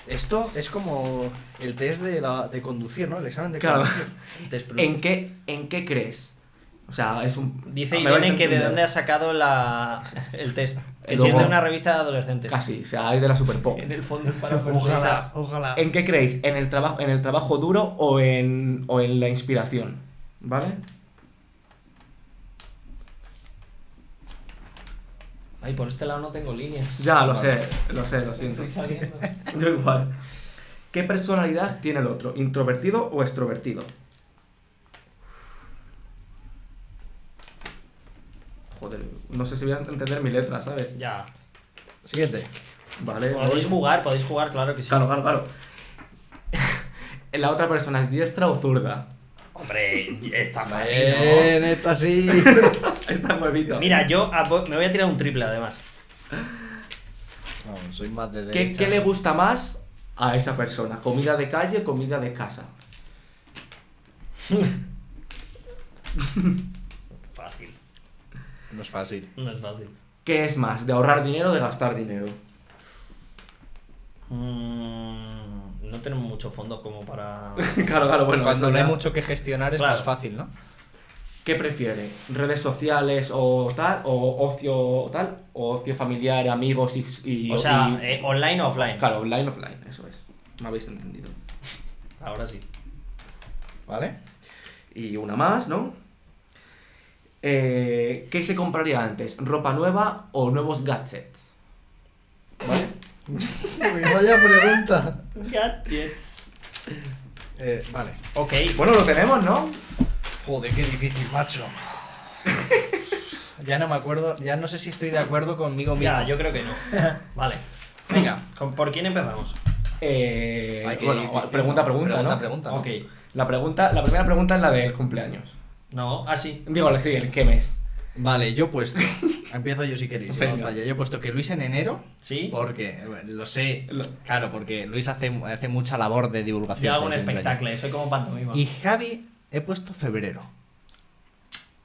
Esto es como el test de, la- de conducir, ¿no? El examen de Claro. conducir. ¿En qué, ¿En qué crees? O sea, es un. Dice Ah, me vais a Irene que de entender. dónde ha sacado la, el test. Que El si es de logo. una revista de adolescentes. Casi, o sea, es de la Super Pop. En el fondo es para Ojalá, ojalá. ¿En qué creéis? ¿En el trabajo, en el trabajo duro o en, o en la inspiración? ¿Vale? Ay, por este lado no tengo líneas. Ah, Ya, lo sé, lo sé, lo siento. Estoy saliendo. Yo igual. ¿Qué personalidad tiene el otro? ¿Introvertido o extrovertido? Joder, no sé si voy a entender mi letra, ¿sabes? Ya. Siguiente. Vale. Podéis jugar, podéis jugar, claro que sí. Eh, Claro, claro, claro. ¿La otra persona es diestra o zurda? Hombre, está fácil, ¿no? Bien, esta sí. Está nuevito. Mira, yo a- me voy a tirar un triple además. No, soy más de ¿Qué, derechas. qué le gusta más a esa persona? ¿Comida de calle, comida de casa? Fácil. No es fácil. No es fácil. ¿Qué es más, de ahorrar dinero o de gastar dinero? Mm, no tenemos mucho fondo como para. claro, claro, bueno. Cuando eso no hay ya. mucho que gestionar es Claro. más fácil, ¿no? ¿Qué prefiere? ¿Redes sociales o tal? ¿O ocio o tal? ¿O ocio familiar, amigos y... y- O sea, y- eh, online o offline. Claro, online, offline, eso es. Me habéis entendido. Ahora sí. ¿Vale? Y una más, ¿no? Eh, ¿Qué se compraría antes? ¿Ropa nueva o nuevos gadgets? ¿Vale? Vaya pregunta. Gadgets. Eh, vale. Ok. Bueno, lo tenemos, ¿no? Joder, qué difícil, macho. ya no me acuerdo, ya no sé si estoy de acuerdo conmigo mismo. Ya, yo creo que no. Vale. Venga. ¿Con- ¿Por quién empezamos? Eh, Ay, qué bueno, difícil, pregunta, pregunta, ¿no? Pregunta, ¿no? pregunta, ¿no? Ok. La, pregunta, la primera pregunta es la del cumpleaños. No, ah, sí. Digo, sí, el qué mes. Vale, yo he puesto. Empiezo yo si queréis. si no os Venga. falla. Yo he puesto que Luis en enero. Sí. Porque, bueno, lo sé. Lo- Claro, porque Luis hace, hace mucha labor de divulgación. Yo hago un sobre su cumpleaños. espectáculo, soy como pantomima. Y Javi he puesto febrero.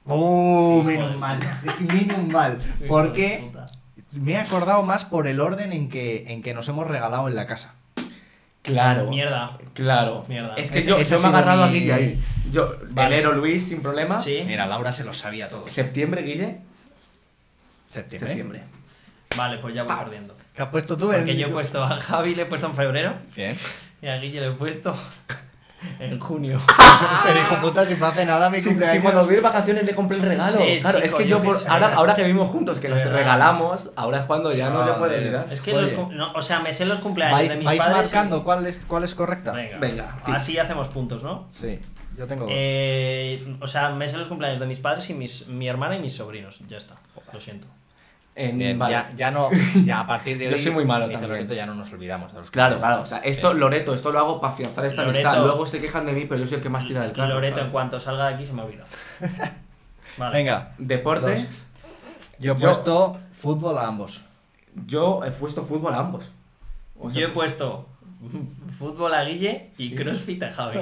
¡Oh! Hijo Menos de mal. Menos mal. Hijo de Porque puta. me he acordado más por el orden en que, en que nos hemos regalado en la casa. Claro. Mierda. Claro. Mierda. Es que Ese- yo, ese yo ha me he sido agarrado mi- a Guille ahí. Yo, Vale. enero Luis, sin problema. Sí. Mira, Laura se lo sabía todo. Septiembre, Guille. Septiembre. Septiembre. Vale, pues ya voy perdiendo. ¿Qué has puesto tú? Porque yo he puesto a Javi, le he puesto en febrero. Bien. Y a Guille le he puesto en junio. Ah. Pero hijo puta, si no hace nada mi Si, si cumpleaños. cuando voy de vacaciones le compré el regalo. Sí, claro, chico, es que yo yo, qué por- sé. ahora, ahora que vivimos juntos, que nos Verdad. regalamos, ahora es cuando ya no se puede Joder. olvidar. Es que los Oye. cum- no, o sea, me sé los cumpleaños de ¿Vais, mis vais padres. marcando cuál es, cuál es correcta? Venga, Venga, Ah, sí. así hacemos puntos, ¿no? Sí, yo tengo dos. Eh, o sea, me sé los cumpleaños de mis padres y mis, mi hermana y mis sobrinos. Ya está, lo siento. En- Bien, vale. ya, ya no, ya a partir de Yo hoy. soy muy malo dice también. Loreto, ya no nos olvidamos. de los Claro, cumpleaños. claro. O sea, esto, Loreto, esto lo hago para afianzar esta Loreto. amistad. Luego se quejan de mí, pero yo soy el que más tira del Y carro. Loreto, en ¿sabes? cuanto salga de aquí, se me olvida. Vale. Venga, Deporte, Dos. yo he Yo- puesto fútbol a ambos. yo he puesto fútbol a ambos. O sea, Yo he puesto fútbol a Guille y crossfit a Javi.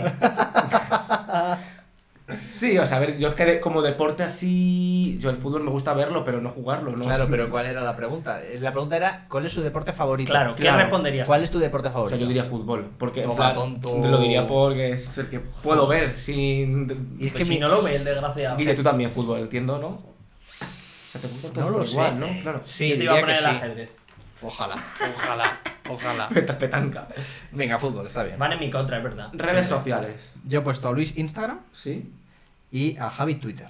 Sí, o sea, a ver, yo es que de- como deporte así. Yo el fútbol me gusta verlo, pero no jugarlo, ¿no? Claro, pero ¿cuál era la pregunta? Eh, La pregunta era: ¿cuál es su deporte favorito? Claro, ¿qué Claro. responderías? ¿Cuál es tu deporte O favorito? sea, yo diría fútbol. Porque. en Toma, plan, tonto. Lo diría porque es el que puedo ver sin. Y es Pues que si mi- no lo ve el desgraciado. Guille, tú también fútbol, entiendo, ¿no? O sea, te gusta todo No lo sé. igual, eh. ¿no? Claro. Sí, Yo te iba a diría poner que el sí. ajedrez. Ojalá, ojalá, ojalá. Peta- Petanca. Venga, fútbol, está bien. Van en mi contra, es verdad. Redes sociales. Yo he puesto a Luis Instagram Sí. y a Javi Twitter.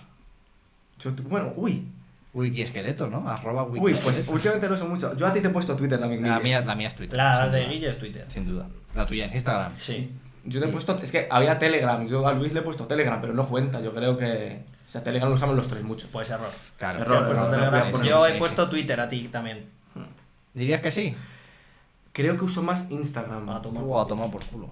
Yo, tú- bueno, uy. Wiki esqueleto, ¿no? Arroba wiki Uy, pues últimamente no uso mucho. Yo a ti te he puesto Twitter también. la, Guille. mía, la mía es Twitter. La sin de duda. Guille es Twitter. Sin duda. La tuya es Instagram. Sí. Yo te he puesto, es que había Telegram, yo a Luis le he puesto Telegram, pero no cuenta, yo creo que... O sea, Telegram lo usamos los tres mucho. Pues error. Claro. Sí, Error, he puesto error, Telegram. error, error. Yo Sí, he sí. puesto Twitter a ti también. ¿Dirías que sí? Creo que uso más Instagram. A tomar. Wow, toma por culo.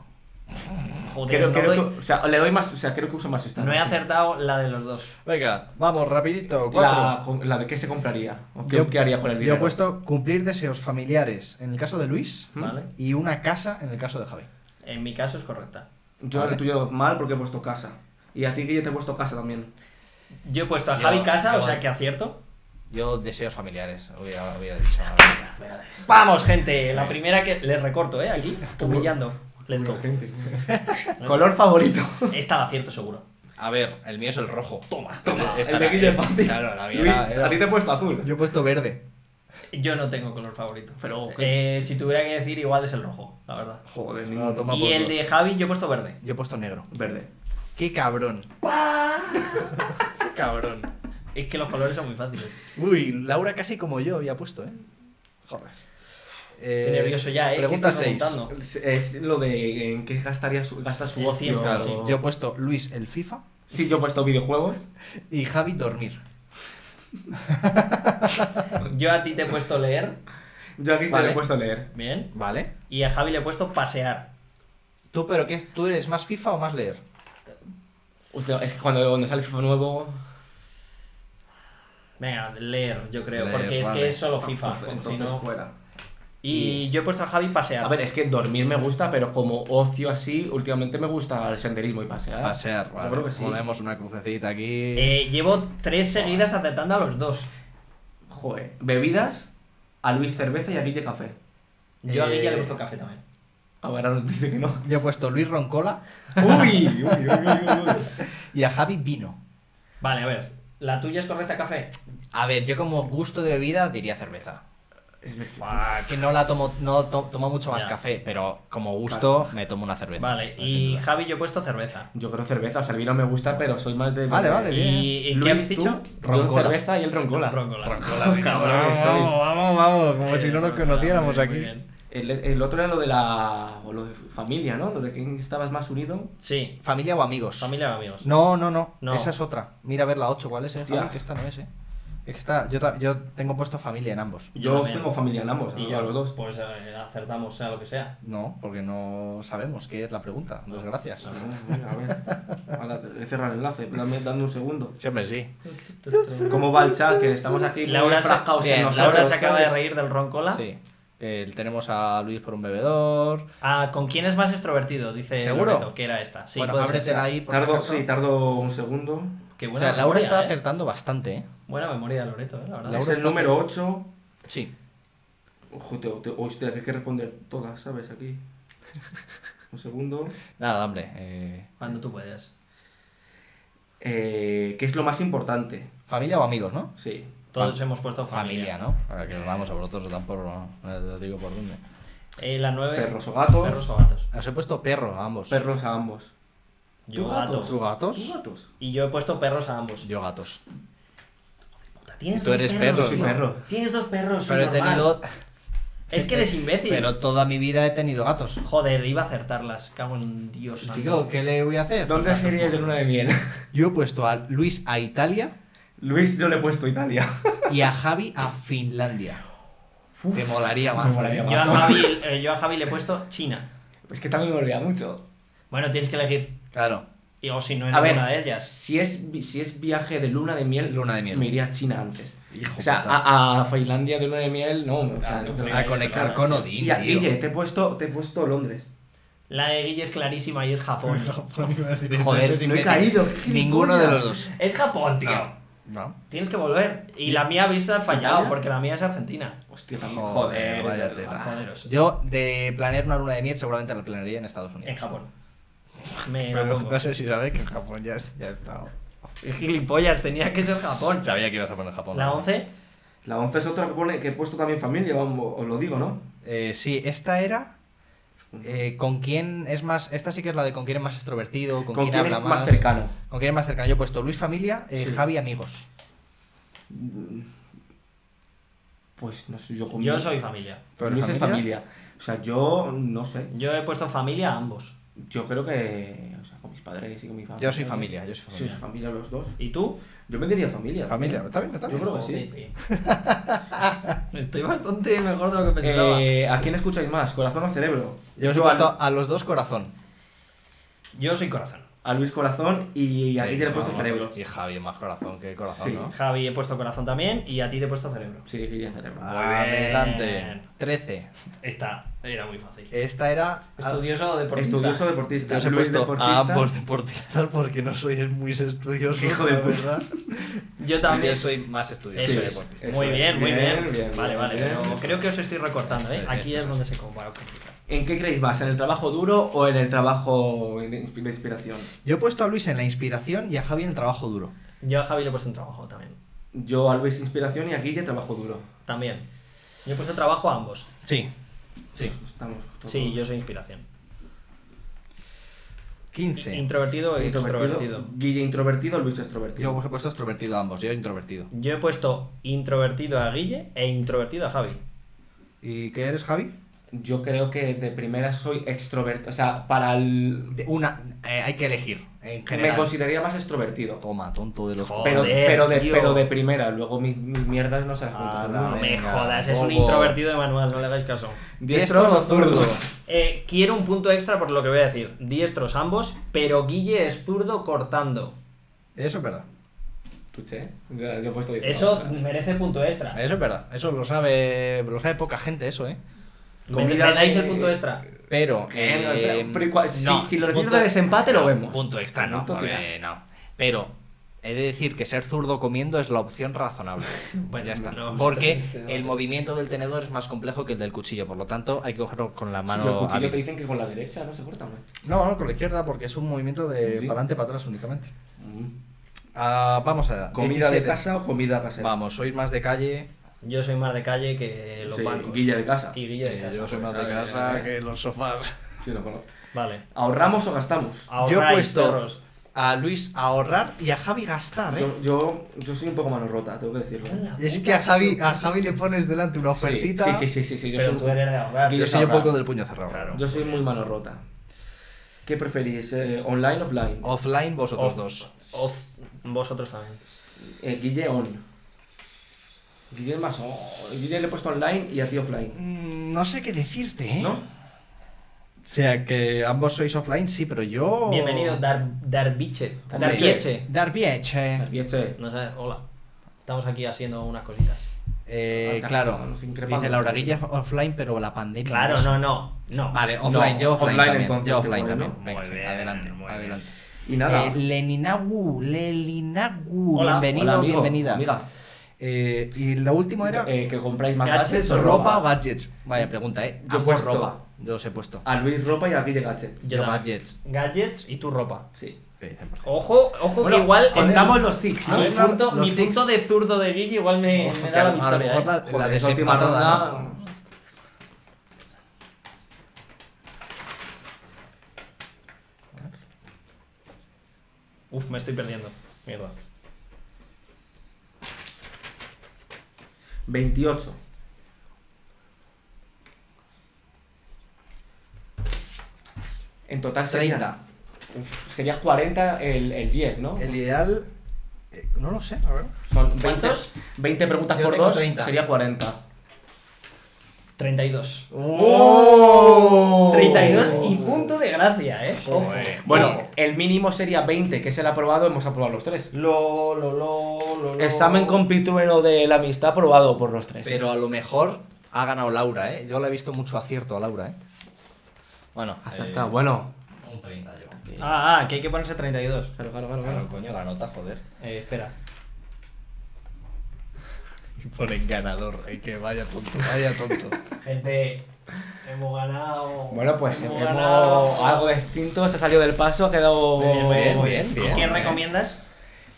Joder, Creo, Ah, no, creo doy- que, o sea, le doy más, o sea, creo que uso más Instagram. no he sí. acertado la de los dos. Venga, vamos, rapidito. La, con- la de qué se compraría, o qué, qué haría con el Yo dinero. he puesto cumplir deseos familiares en el caso de Luis ¿Mm? ¿Vale? y una casa en el caso de Javi. En mi caso es correcta. Yo el tuyo mal porque he puesto casa. Y a ti, Guille, te he puesto casa también. Yo he puesto a Yo- Javi Casa, yo- o sea que acierto. Yo deseos familiares, hubiera, hubiera dicho. Vamos, gente. La primera que. Les recorto, ¿eh? Aquí, humillando. Let's go. Color favorito. Esta la acierto seguro. A ver, el mío es el rojo. Toma, toma. El de eh, Guille Fácil. Claro, la mía Luis, era- era- a ti te he puesto azul. Yo he puesto verde. Yo no tengo color favorito. Pero eh, si tuviera que decir, igual es el rojo, la verdad. Joder, No, toma Y por el dos. de Javi, yo he puesto verde. Yo he puesto negro. Verde. ¡Qué cabrón! ¡Qué cabrón! Es que los colores son muy fáciles. Uy, Laura casi como yo había puesto, ¿eh? Joder. Estoy nervioso ya, ¿eh? ¿Qué Pregunta estás 6. preguntando? Es, es lo de en qué gastaría su, gasta su El ocio. tiempo, claro. sí. Yo he puesto Luis el FIFA Sí, yo he puesto videojuegos. y Javi dormir. Yo a ti te he puesto leer, Yo aquí Vale. le he puesto leer. bien. ¿Vale? Y a Javi le he puesto pasear. ¿Tú, pero qué es? ¿Tú eres más FIFA o más leer? Hostia, es que cuando, cuando sale FIFA nuevo. Venga, leer, yo creo, Leer, porque es vale. que es solo FIFA. ah, entonces- como si entonces no- fuera. Y yo he puesto a Javi pasear. A ver, es que dormir me gusta, pero como ocio así, últimamente me gusta el senderismo y pasear. Pasear, Yo creo que sí. Ponemos una crucecita aquí. Eh, llevo tres seguidas acertando a los dos. Joder. Bebidas, a Luis cerveza y a Guille café. Yo a Guille Eh. le he puesto café también. Ahora nos dice que no. Yo he puesto Luis Roncola ¡Uy! uy, uy, uy, uy. y a Javi vino. Vale, a ver. ¿La tuya es correcta, café? A ver, yo como gusto de bebida diría cerveza. Es verdad. Buah, que no la tomo, no to- tomo mucho más Ya. café, pero como gusto me tomo una cerveza. Vale, Sin y duda. Javi yo he puesto cerveza. Yo creo cerveza, o sea, el vino me gusta, pero soy más de. Vale, vale, bien. ¿Y, y qué Luis, tú, has dicho? yo Roncola. cerveza y el roncola. Roncola. vamos, vamos, Cabrones sois. Eh, Roncola, muy bien, muy bien. El, el otro era lo de la. o lo de familia, ¿no? Lo de quién estabas más unido. Sí, ¿Familia o amigos? familia o amigos. No, no, no, No. Esa es otra. Mira a ver la 8, ¿cuál es? eh, Javi? Hostias. que esta no es, eh. Es que esta, yo, ta- yo tengo puesto familia en ambos. Yo Yo, también. tengo familia en ambos, Y a- ya a los dos. Pues eh, acertamos, sea lo que sea. No, porque no sabemos qué es la pregunta. Pues gracias. No. A ver, ahora te- cerrar el enlace, dame, dame un segundo. Siempre sí. ¿Cómo va el chat? Que estamos aquí muy Laura, se, enfrascados en bien, nosotros, Laura se acaba de ¿sabes? reír del roncola. Sí. El- tenemos a Luis por un bebedor. Ah, ¿Con quién es más extrovertido? Dice ¿Seguro? Loreto, que era esta. Sí, Bueno, puede ser, ábretela sí. ahí, por si Tardo, acaso. sí, tardo un segundo. Qué O buena sea, Laura memoria, está eh. acertando bastante, ¿eh? Buena memoria de Loreto, eh, la verdad. Laura es el está número 8. Sí. Joder, te, hostia, hay que responder todas, ¿sabes? Aquí. Un segundo. Nada, hombre. eh, Cuando tú puedes. Eh, ¿Qué es lo más importante? familia o amigos, ¿no? Sí. Todos Fam- hemos puesto Familia, familia. ¿no? Ahora que nos vamos a brotos, dan por. No, no te digo por dónde. Eh, la nueve. Perros o gatos. Perros o gatos. Os he puesto perro a ambos. Perros a ambos. Yo ¿Tú gatos. gatos? ¿Tú ¿Tú gatos? gatos? Y yo he puesto perros a ambos. Yo gatos. Puta, ¿Tienes Tú dos eres perros, perro, Soy ¿no? perro. Tienes dos perros. Pero he normal. tenido. Es que eres imbécil. Pero toda mi vida he tenido gatos. Joder, iba a acertarlas. Cago en Dios. santo. Chico, ¿qué le voy a hacer? ¿Dónde sería el de luna de miel? Yo he puesto a Luis a Italia Luis, yo le he puesto Italia. y a Javi a Finlandia. Te molaría más. me molaría ¿eh? Yo a, Javi, eh, yo a Javi le he puesto China. Es que también me olvida mucho. Bueno, tienes que elegir. Claro. Y- O si no, en A ver, ninguna de ellas. si es, vi- si es viaje de luna de miel, Luna de miel. me iría a China antes. Hijo o sea, puta. a, a Finlandia de luna de miel, no. o sea, Ah, no. no, A conectar con Odín, y a tío. Guille, te he puesto, te he puesto Londres. La de Guille es clarísima y es Japón. Joder, no he caído, qué Ninguno de los gilipollas. dos. es Japón, tío. No. Tienes que volver. Y la mía habéis fallado ¿Italia? porque la mía es Argentina. Hostia, también. Joder, Joder, vaya es tela. verdad. Joderos. Yo, de planear una luna de miel, seguramente la planearía en Estados Unidos. En Japón. Me Pero pongo. no sé si sabes que en Japón ya, ya he estado. Gilipollas, tenía que ser Japón. Sabía que ibas a poner Japón. La 11. La 11 es otra que, pone, que he puesto también familia, vamos, os lo digo, ¿no? Eh, sí, esta era. eh, con quién es más. Esta sí que es la de con quién es más extrovertido, con, ¿Con quién, quién habla es más cercano? Con quién es más cercano. Yo he puesto Luis Familia, eh, Sí. Javi Amigos. Pues no sé, yo con Yo mi- soy familia. ¿Tú eres Luis es familia? familia. O sea, yo no sé. Yo he puesto familia a ambos. Yo creo que. O sea, con mis padres y con mi familia. Yo soy familia, yo soy Sí, familia. soy familia los dos. ¿Y tú? Yo me diría familia. Familia, está bien, está Yo bien. creo que sí. Estoy bastante mejor de lo que pensaba. Eh, ¿A quién escucháis más? ¿Corazón o cerebro? Yo os he a, puesto a los dos corazón. Yo soy corazón. a Luis Corazón y a ti te le he Sí, puesto vamos. cerebro. Y Javi más corazón que corazón, Sí. ¿no? Javi, he puesto corazón también y a ti te he puesto cerebro. Sí, Guille cerebro. Ah, Adelante. 13. Esta era muy fácil. Esta era. Estudioso de deportista. Ah. Estudioso deportista. Yo os he Luis puesto deportista. a ambos deportistas porque no soy muy estudioso, Hijo la de puta. verdad. Yo también. Yo soy más estudioso. Eso soy es. deportista. eso Muy es. bien, muy Bien, bien. bien, vale, bien, vale. bien. pero creo que os estoy recortando, ¿eh? Aquí es donde se compara. ¿En qué creéis más? ¿En el trabajo duro o en el trabajo de inspi- de inspiración? Yo he puesto a Luis en la inspiración y a Javi en el trabajo duro. Yo a Javi le he puesto un trabajo también. Yo a Luis inspiración y a Guille trabajo duro. También. Yo he puesto trabajo a ambos. Sí. Sí. Estamos todos- Sí, yo soy inspiración. 15. Introvertido e extrovertido. Guille introvertido, Luis extrovertido. Yo os he puesto extrovertido a ambos, yo introvertido. Yo he puesto introvertido a Guille e introvertido a Javi. ¿Y qué eres, Javi? Yo creo que de primera soy extrovertido. O sea, para el. De- Una, eh, hay que elegir, en Me general. consideraría más extrovertido. Toma, tonto de los... Joder. Pero, pero, de, tío. pero de primera, luego mis, mis mierdas no se las cuento a Ah, todo el la mundo. No me Venga, jodas, es un bobo. introvertido de manual, no le hagáis caso. Diestros o zurdos. Eh, quiero un punto extra por lo que voy a decir. Diestros ambos, pero Guille es zurdo cortando. Eso es verdad. Tuche. Yo, yo he puesto diestro. Eso mm, eh, merece punto extra. Eso es verdad. Eso lo sabe, lo sabe poca gente, eso, ¿eh? ¿Me, me Comida de- dais el punto extra? Pero... Eh, no, eh, pero- pero igual, si- si lo decides punto- de desempate, lo no, vemos. Punto extra, no. Punto a ver, tira. no. Pero he de decir que ser zurdo comiendo es la opción razonable. Bueno, ya está. no. Porque el movimiento del tenedor es más complejo que el del cuchillo, por lo tanto hay que cogerlo con la mano... Si el cuchillo hábil. te dicen que con la derecha no se ¿eh? corta, güey. No, no, con la izquierda porque es un movimiento de Sí. para adelante para atrás únicamente. Ah, vamos allá. ¿Comida de 17. casa o comida casera? Vamos, sois más de calle. Yo soy más de calle que los Sí, bancos. Guille de casa. Y Guille de eh, casa. yo soy pues, más de a ver, a casa ver. que los sofás. Sí, lo conozco. Vale. ¿Ahorramos o gastamos? yo he Ahorráis, puesto perros. a Luis ahorrar y a Javi gastar, ¿eh? Yo, yo, yo soy un poco mano rota, tengo que decirlo. Es que a Javi, a Javi le pones delante una ofertita. Sí, sí, sí, sí, sí, yo Pero soy tú eres de ahorrar. Yo Guille- soy un ahorrar. poco del puño cerrado. Claro. Yo soy muy mano rota. ¿Qué preferís? eh, ¿Online o offline? Offline vosotros Off. dos. Off. Vosotros también. Eh, Guille on. Guille es más on. Guille le he puesto online y a ti offline. Mm, No sé qué decirte, ¿eh? ¿No? O sea, que ambos sois offline, sí, pero yo... Bienvenido, Dar, Darbiche. Hombre. Darbieche. Dar Vieche. Bien, No sabes, hola. Estamos aquí haciendo unas cositas. Eh, Ah, claro. nos increpamos. Dice Laura Guilla offline, pero la pandemia. Claro, sé. no, no. No. Vale, offline, No, yo offline, offline también. entonces, yo offline bueno, también. Venga, muy sí, bien, adelante, muy adelante. Y nada. Eh, Leninagu, Leninagu, Hola, bienvenido, Hola, amigo, bienvenida. Amiga, Eh, y la última era eh, que compráis más Gadgets gadgets ¿ropa o ropa. o gadgets. Vaya pregunta, eh. Yo he Ambos puesto- ropa. Yo os he puesto. A Luis ropa y a Guille gadgets. Ah, Yo Yo también. gadgets. Gadgets y tu ropa. Sí. Ojo, ojo Bueno, que igual. contamos el- los tics, ¿no? mi A ver, punto, los mi tics. punto de zurdo de Guille igual me, Ojo, que me a da la lo- a lo victoria. mejor ¿eh? la- Joder, la esa última desempatada, ronda- ¿no? Uf, me estoy perdiendo. Mierda. 28. En total sería. 30. Uf, sería 40 el, el 10, ¿no? El ideal. eh, no lo sé, a ver. Son 20, ¿Cuántos? 20 preguntas Yo por tengo 2, 30. sería 40. 32. ¡Oh! 32 y punto de gracia, eh. Ojo. Pues, Bueno, el mínimo sería 20, que es el aprobado, hemos aprobado los tres. Lo, lo, lo, lo, lo. Examen compitúmeno de la amistad aprobado por los tres. Pero a lo mejor ha ganado Laura, ¿eh? Yo le he visto mucho acierto a Laura, ¿eh? Bueno, Acertado, eh, bueno. un 30 yo. Ah, ah, que hay que ponerse 32. Claro, claro, claro, Claro, claro. coño, la nota, joder. Eh, espera. Y ponen ganador, eh, que vaya tonto, vaya tonto. Gente, hemos ganado. Bueno, pues hemos ganado. algo distinto, se ha salido del paso, ha quedado. bien, bien, bien. ¿Qué Bien. recomiendas?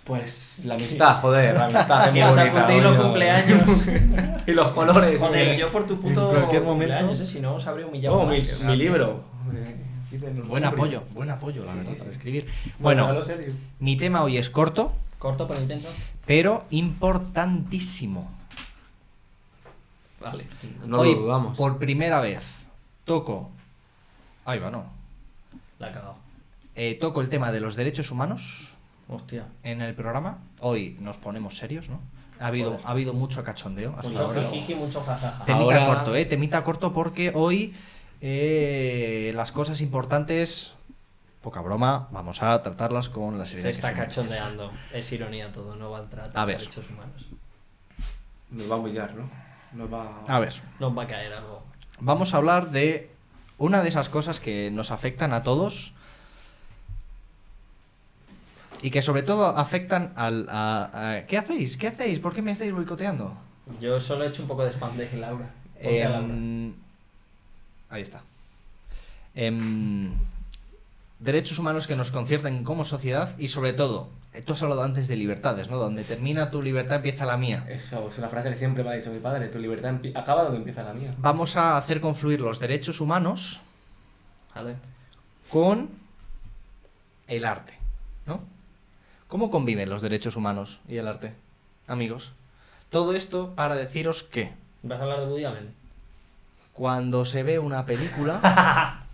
Pues la amistad, joder, la amistad. es Que muy os bonita, apuntéis los coño. cumpleaños. y los colores. Joder, mira. yo por tu puto. En cualquier momento. cumpleaños, eh, si no, os habría humillado. Oh, mi, más. mi libro. buen apoyo, buen apoyo, la verdad, para escribir. Bueno, Bueno, mi tema hoy es corto, Corto pero intenso. pero importantísimo. Vale. no hoy, lo dudamos. por primera vez, toco. Ahí va, no. La he cagado. Eh, toco el tema de los derechos humanos Hostia. en el programa. Hoy nos ponemos serios, ¿no? Ha habido, Joder. ha habido mucho cachondeo hasta Mucho ahora. jijiji, mucho jajaja. Temita Ahora- corto, ¿eh? Temita corto porque hoy eh, las cosas importantes, poca broma, vamos a tratarlas con la seriedad. Se que está se merecen. cachondeando. Es ironía todo, no va a tratar A ver. derechos humanos. Nos va a humillar, ¿no? Nos va A ver, Nos va a caer algo. vamos a hablar de una de esas cosas que nos afectan a todos y que sobre todo afectan al... a- a- ¿Qué hacéis? ¿Qué hacéis? ¿Por qué me estáis boicoteando? Yo solo he hecho un poco de spam de Laura. Ponte Eh, a Laura. mm. Em, ahí está. Em, derechos humanos que nos concierten como sociedad y sobre todo, eh, tú has hablado antes de libertades, ¿no? Donde termina tu libertad empieza la mía. Eso es una frase que siempre me ha dicho mi padre, tu libertad empie- acaba donde empieza la mía. Vamos a hacer confluir los derechos humanos Vale. con el arte, ¿no? ¿Cómo conviven los derechos humanos y el arte, amigos? Todo esto para deciros que ¿Vas a hablar de Woody Allen? cuando se ve una película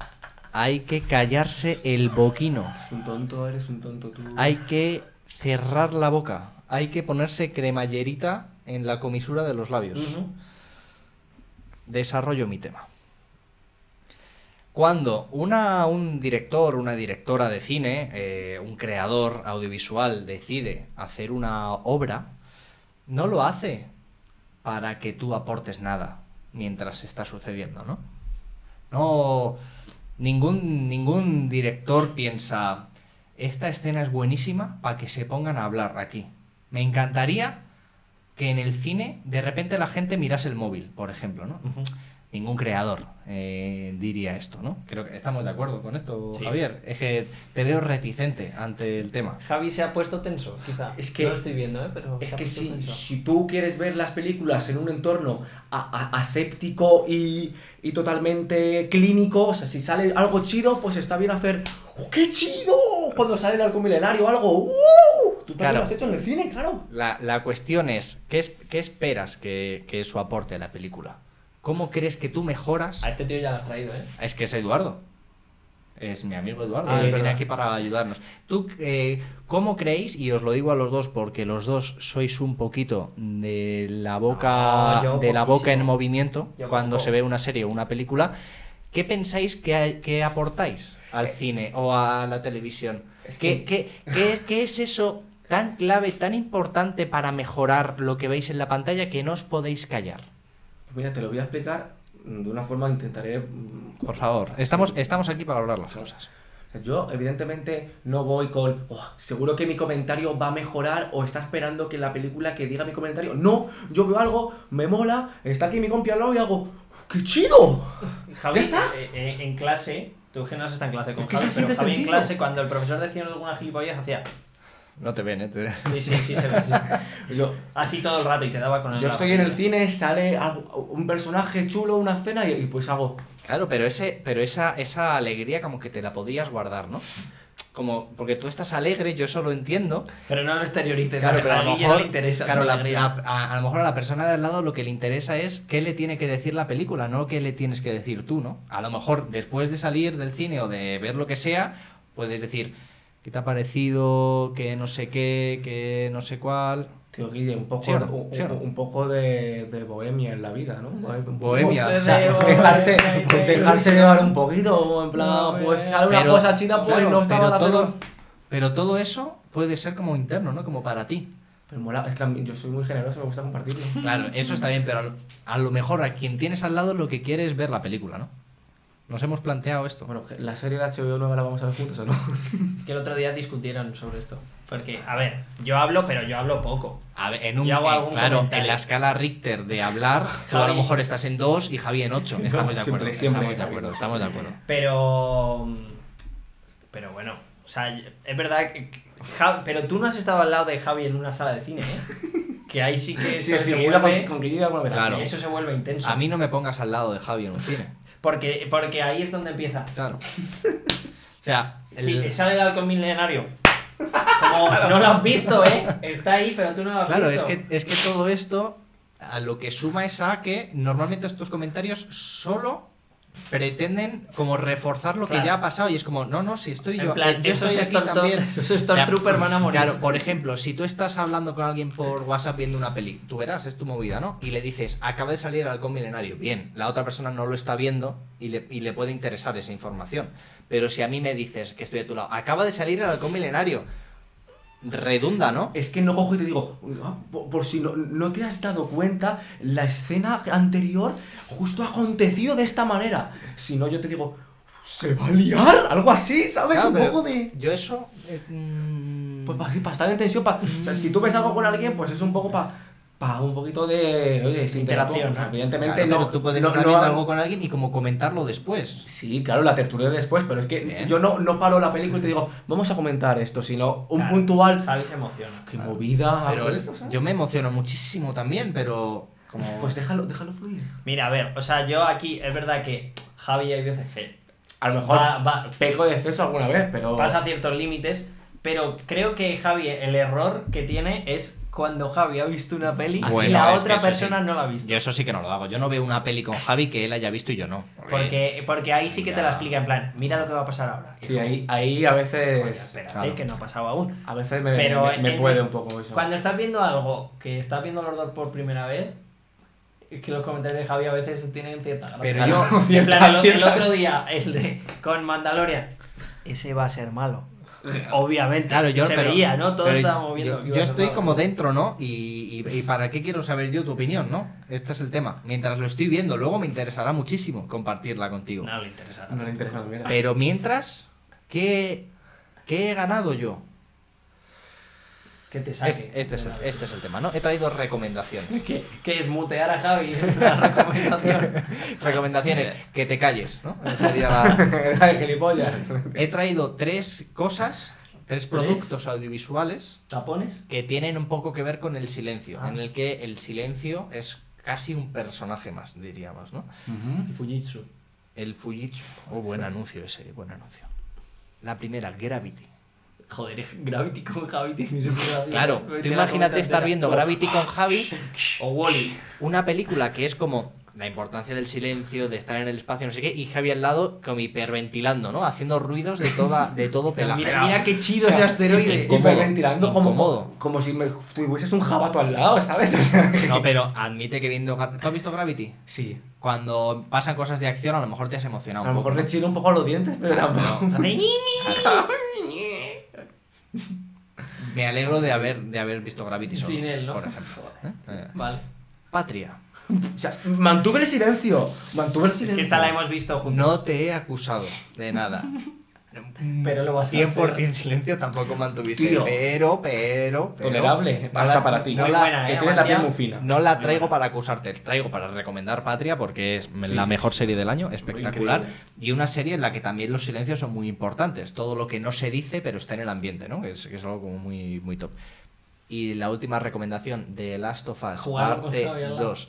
hay que callarse el boquino, Es un tonto, eres un tonto tú. hay que cerrar la boca, hay que ponerse cremallerita en la comisura de los labios. Ujú. desarrollo mi tema. Cuando una, un director, una directora de cine, eh, un creador audiovisual decide hacer una obra, no lo hace para que tú aportes nada mientras está sucediendo, ¿no? No, ningún, ningún director piensa, esta escena es buenísima para que se pongan a hablar aquí. Me encantaría que en el cine de repente la gente mirase el móvil, por ejemplo, ¿no? Ningún creador eh, diría esto, ¿no? Creo que estamos de acuerdo con esto, Sí. Javier. Es que te veo reticente ante el tema. Javi se ha puesto tenso, quizá. Es que- No lo estoy viendo, ¿eh? Pero Es se ha que puesto si, tenso. si tú quieres ver las películas en un entorno a- a- aséptico y, y totalmente clínico, o sea, si sale algo chido, pues está bien hacer ¡Oh, ¡Qué chido! Cuando sale el arco milenario o algo ¡Uh! Tú también Claro. lo has hecho en el cine, claro. La, la cuestión es, ¿qué, es- qué esperas que, que eso aporte a la película? ¿Cómo crees que tú mejoras? A este tío ya lo has traído, ¿eh? Es que es Eduardo. Es mi amigo Eduardo. Ah, es que viene verdad. aquí para ayudarnos. ¿Tú eh, cómo creéis? Y os lo digo a los dos porque los dos sois un poquito de la boca, No, yo de la boca en poquísimo. movimiento Yo cuando poco. se ve una serie o una película. ¿Qué pensáis que, hay- que aportáis al cine o a la televisión? es ¿Qué, que- qué- qué- qué es eso tan clave, tan importante para mejorar lo que veis en la pantalla que no os podéis callar? Pues mira, te lo voy a explicar mm, de una forma, intentaré... mm, Por favor, estamos, estamos aquí para hablar las cosas. O sea, Yo, evidentemente, no voy con, "Oh, seguro que mi comentario va a mejorar o está esperando que la película que diga mi comentario. No, yo veo algo, me mola, está aquí mi compi al lado y hago, "Oh, ¡qué chido! Javi, ¿Ya está? eh, eh, en clase, tú que no has estado en clase con Es que es Javi, así pero de Javi en sencillo. clase, cuando el profesor decía alguna gilipollas, hacía. No te ven, ¿eh? Te- Sí, sí, sí, se ve. sí. Yo, Así todo el rato y te daba Ah, con el. yo lado. estoy en el cine, sale algo- un personaje chulo, una escena y, y pues hago, Claro, pero ese, pero esa, esa alegría como que te la podías guardar, ¿no? Como, porque tú estás alegre, yo eso lo entiendo. Pero no lo exteriorices. Claro, pero a lo Javi ya mejor le interesa. claro, tu la- alegría. la- a, a lo mejor a la persona de al lado lo que le interesa es qué le tiene que decir la película, no qué le tienes que decir tú, ¿no? A lo mejor después de salir del cine o de ver lo que sea, puedes decir qué te ha parecido, que no sé qué, que no sé cuál. tío Guille, un poco, Sí o no, un, sí o no. un poco de, de bohemia en la vida, ¿no? Un poco- Bohemia. Dulce o sea, de bohemia, Dejarse, baby. dejarse llevar un poquito, en plan, No, pues eh. sale una Pero- cosa chida, pues claro, no estaba pero la todo, peli- pero todo eso puede ser como interno, ¿no? Como para ti. Pero mola, es que a mí- yo soy muy generoso, me gusta compartirlo. Claro, eso está bien, pero a lo mejor a quien tienes al lado lo que quiere es ver la película, ¿no? Nos hemos planteado esto. Bueno, que la serie de HBO nueva la vamos a ver juntos o no. Que el otro día discutieron sobre esto. Porque, a ver, yo hablo, pero yo hablo poco. A ver, en un, Yo hago en- algún claro, comentario. en la escala Richter de hablar, tú a Javi- lo mejor estás en 2 y Javi en 8. Estamos de acuerdo, Siempre, siempre, estamos de Javi. acuerdo, estamos de acuerdo. Pero. Pero bueno. O sea, es verdad que. Ja- pero tú no has estado al lado de Javi en una sala de cine, ¿eh? Que ahí sí que eso, se, una vuelve, con, con Guille alguna vez. Claro. eso se vuelve intenso. A mí no me pongas al lado de Javi en un cine. Porque, porque ahí es donde empieza. Claro. O sea, el- Sí, sale el halcón milenario. Como, no lo has visto, ¿eh? Está ahí, pero tú no lo has Claro, es visto. que, es que todo esto a lo que suma es a que normalmente estos comentarios solo pretenden como reforzar lo Claro. que ya ha pasado y es como, no, no, si estoy En yo, plan, yo esos estoy aquí Stormtro- también. esos Stormtrooper van a morir. Claro, por ejemplo, si tú estás hablando con alguien por WhatsApp viendo una peli, tú verás, es tu movida, ¿no? Y le dices, acaba de salir el halcón milenario, bien, la otra persona no lo está viendo y le, y le puede interesar esa información. Pero si a mí me dices que estoy a tu lado, acaba de salir el halcón milenario, redunda, ¿no? Es que no cojo y te digo, "Ah, por, por si no, no te has dado cuenta, la escena anterior justo ha acontecido de esta manera. Si no, yo te digo, ¿se va a liar? Algo así, ¿sabes? Claro, Pues Un pero poco de. Yo eso. eh, mm, pues para estar en tensión, para, si tú ves algo con alguien, pues es un poco para pa un poquito de oye, se Interacción, interactúa, o sea, ¿no? Evidentemente Claro, no. pero tú puedes no- estar no- viendo algo con alguien y como comentarlo después. Sí, claro, la tertulia después, pero es que Bien. yo no, no paro la película y te digo, vamos a comentar esto, sino un Claro. puntual. Javi se emociona. Qué movida. Pero pues, o sea, yo me emociono muchísimo también, pero como pues déjalo, déjalo fluir. Mira, a ver, o sea, yo aquí es verdad que Javi hay veces que A lo mejor va, va- peco de exceso alguna vez, pero. pasa ciertos límites, pero creo que Javi, el error que tiene es cuando Javi ha visto una peli y Bueno, la es que otra eso persona sí. no la ha visto. yo eso sí que no lo hago. Yo no veo una peli con Javi que él haya visto y yo no. Porque, porque ahí sí que te Ya. la explica en plan, mira lo que va a pasar ahora. Y Sí, como, ahí, ahí a "Oye, veces. espérate, claro. que no ha pasado aún. A veces me, Pero me- me en- puede un poco eso. Cuando estás viendo algo que estás viendo los dos por primera vez, es que los comentarios de Javi a veces tienen cierta gracia. Pero yo- En cierta- plan, el, o- el cierta- otro día, el de con Mandalorian, ese va a ser malo. Obviamente. Eh, Claro, yo se pero- veía, ¿no? Todos pero estábamos viendo Yo, que iba yo a ser estoy malo. como dentro, ¿no? Y, y- y para qué quiero saber yo tu opinión, ¿no? Este es el tema. Mientras lo estoy viendo, luego me interesará muchísimo compartirla contigo. No le interesa. No le interesa la mierda. Pero mientras, ¿qué, qué he ganado yo? Que te saque. Este, este es el, este es el tema, ¿no? He traído recomendaciones. Que, que es mutear a Javi la recomendación. Recomendaciones, que te calles, ¿no? Esa sería la- Era de gilipollas. He traído tres cosas, tres productos audiovisuales ¿Tapones? que tienen un poco que ver con el silencio, Ah. en el que el silencio es casi un personaje más, diríamos, ¿no? ¿Mm? Y Fujitsu. El Fujitsu. Oh, buen anuncio ese, buen anuncio. La primera, Gravity. Joder, es Gravity con Javi tiene su propia vida. Claro, Me tú tiene la imagínate cabeza estar entera. viendo Gravity con Javi, O Wally. una película que es como la importancia del silencio, de estar en el espacio, no sé qué, y Javi al lado como hiperventilando, ¿no? Haciendo ruidos de toda de todo pelaje. Mira, mira qué chido ese asteroide. Incómodo, Hiperventilando como, incómodo. como si me tuvieses un jabato al lado, ¿sabes? O sea, No, pero admite que viendo... Gra- ¿Tú has visto Gravity? sí. Cuando pasan cosas de acción, a lo mejor te has emocionado A un lo poco. mejor le chino un poco los dientes, pero tampoco. Me alegro de haber, de haber visto Gravity solo, Sin él, ¿no? por ejemplo. ¿eh? Vale. Patria. O sea, mantuve el silencio. Mantuve el Es silencio. que esta la hemos visto juntos. No te he acusado de nada. Pero lo vas a 100% silencio tampoco mantuviste. Tío. Pero, pero, pero- Tolerable, no hasta la- para ti. No Muy la, buena, que eh, tiene la piel Amantea. muy fina. no la Muy traigo buena. para acusarte, traigo para recomendar Patria porque es la sí, mejor serie del año, espectacular. Increíble. Y una serie en la que también los silencios son muy importantes. Todo lo que no se dice, pero está en el ambiente, ¿no? Es, es algo como muy, muy top. Y la última recomendación de Last of Us, Jugarlo con parte Javi al lado. 2.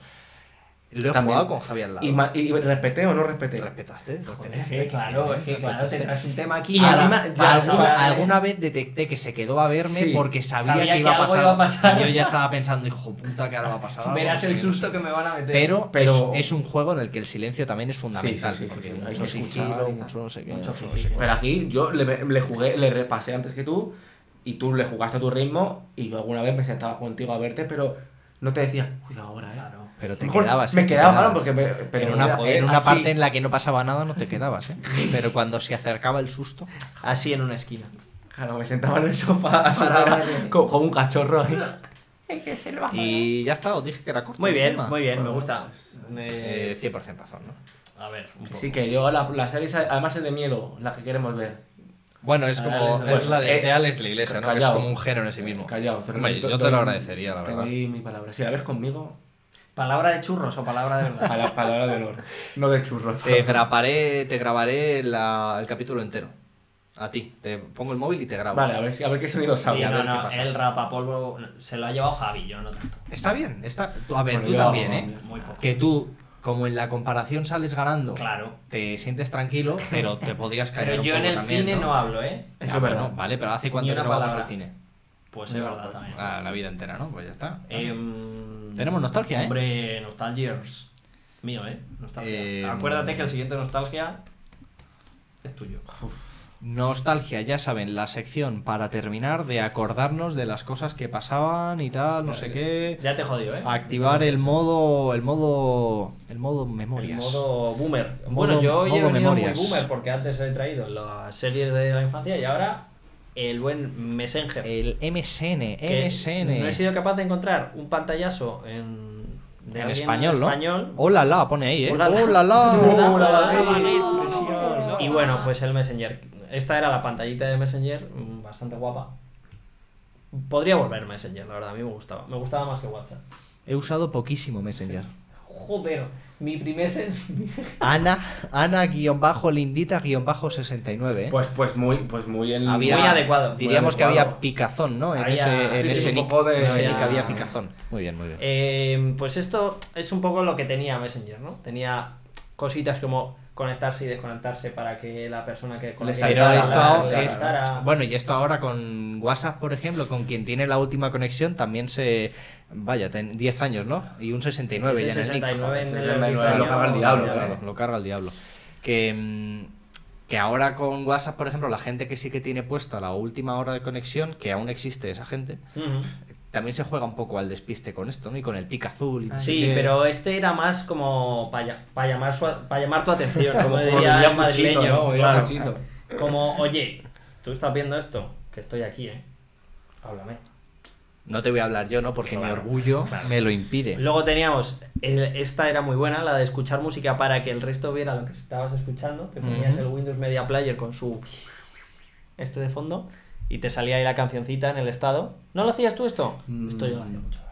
Lo he También. jugado con Javier Lado. Y, ma- y respeté o no respeté. ¿Te respetaste? Joder, es que claro, es que claro, te traes un tema aquí. Y a encima la- a ya la alguna, hora de- alguna vez detecté que se quedó a verme Sí, porque sabía, sabía que, iba, que a algo pasar. iba a pasar. Yo ya estaba pensando, hijo puta, que ahora va a pasar. algo, Verás no sé el qué, no sé susto que me van a meter. Pero, Pero- es, es un juego en el que el silencio también es fundamental. Sí, sí, sí, sí, porque sí, hay mucho que escuchar sigilo, y tal. mucho no sé qué. Mucho mucho no sigilo. sé qué. Pero aquí yo le, le jugué, le repasé antes que tú y tú le jugaste a tu ritmo y yo alguna vez me sentaba contigo a verte, pero no te decía, cuidado ahora, eh. Claro. Pero te Mejor quedabas. Me te quedaba, quedabas. claro, porque me- pero en una, era- en una así. parte en la que no pasaba nada no te quedabas, ¿eh? Pero cuando se acercaba el susto. Así en una esquina. Claro, me sentaba en el sofá a sudar verle. co- como un cachorro. ahí. Y ya está, os dije que era corto. Muy el bien, tema. muy bien, me gusta. Eh, 100% razón, ¿no? a ver, un poco. Así que yo la, la serie, además es de miedo, la que queremos ver. Bueno, es como. Alex, es la de, Ah, eh, de Alex la Iglesia, ¿no? Que es callao. como un género en sí mismo. Callado, Hombre, yo te lo agradecería, la verdad. Te doy mi palabra. Si la ves conmigo, ¿Palabra de churros o palabra de verdad? pala- palabra de honor. No de churro. Te grabaré, te grabaré la- el capítulo entero. A ti. Te pongo el móvil y te grabo. Vale, a ver, si- a ver qué sonido sale. Sí, a no, ver qué no, pasa. el rapapolvo se lo ha llevado Javi, yo no tanto. Está bien, está. tú- A ver, Bueno, tú yo- también, ¿eh? Muy poco. Que tú, como en la comparación sales ganando, Claro. te sientes tranquilo, pero te podrías caer. Pero un yo en poco el también, cine ¿no? no, hablo, ¿eh? Ya, Eso es bueno, verdad. Vale, pero ¿hace cuánto Ni que una no vamos palabra. al cine? Pues Ya, es verdad pues, también. Ah, la vida entera, ¿no? Pues ya está. Em, Tenemos nostalgia, ¿eh? Hombre, nostalgias. Mío, ¿eh? Nostalgia. Em, Acuérdate que el siguiente nostalgia es tuyo. Nostalgia, ya saben, la sección para terminar de acordarnos de las cosas que pasaban y tal, no sé qué. Ya te he jodido, ¿eh? Activar el modo. el modo. el modo memorias. El modo boomer. Modo- bueno, yo hoy he modo venido memorias. muy boomer porque antes he traído las series de la infancia y ahora el buen Messenger. El MSN, que MSN. No he sido capaz de encontrar un pantallazo en, de en alguien español, ¿no? español. Hola la, pone ahí, ¿eh? Hola, la. Hola la. Hola, Hola, hola, David. hola. Presión. Y bueno, pues el Messenger. Esta era la pantallita de Messenger, mm, bastante guapa. Podría volver Messenger, la verdad, a mí me gustaba. Me gustaba más que WhatsApp. He usado poquísimo Messenger. Joder, mi primer sen- Ana, Ana-Lindita-69. ¿eh? Pues, pues muy, pues muy en había, muy adecuado, muy Diríamos que adecuado. había picazón, ¿no? En Había- ese, en sí, sí, ese un nick, poco de- en ese nick había- había picazón. Muy bien, muy bien. Eh, pues esto es un poco lo que tenía Messenger, ¿no? Tenía cositas como conectarse y desconectarse para que la persona que conectara Pero saltara, la- esto la- claro, ahora- es- contestara. bueno, y esto ahora con WhatsApp, por ejemplo, con quien tiene la última conexión también se... Vaya, ten 10 años, ¿no? Y un 69 ya Ese en el nick. 69 en el 69, lo Wikipedia, carga el vamos, diablo, ya claro, ves. lo carga el diablo. Que, mm, que ahora con WhatsApp, por ejemplo, la gente que sí que tiene puesta la última hora de conexión, que aún existe esa gente, Ujú. también se juega un poco al despiste con esto, ¿no? Y con el tic azul. y no sé Sí, qué. pero este era más como para, llamar, su, pa' llamar tu atención, como diría diría el Puchito, madrileño. ¿no? Diría claro. Puchito. Como, oye, tú estás viendo esto, que estoy aquí, ¿eh? Háblame. No te voy a hablar yo, ¿no? Porque mi Claro, orgullo claro. me lo impide. Luego teníamos, el- esta era muy buena, la de escuchar música para que el resto viera lo que estabas escuchando. Te ponías Ujú. el Windows Media Player con su... Este de fondo y te salía ahí la cancioncita en el estado. ¿No lo hacías tú esto? Esto yo lo hacía mucho. Mm.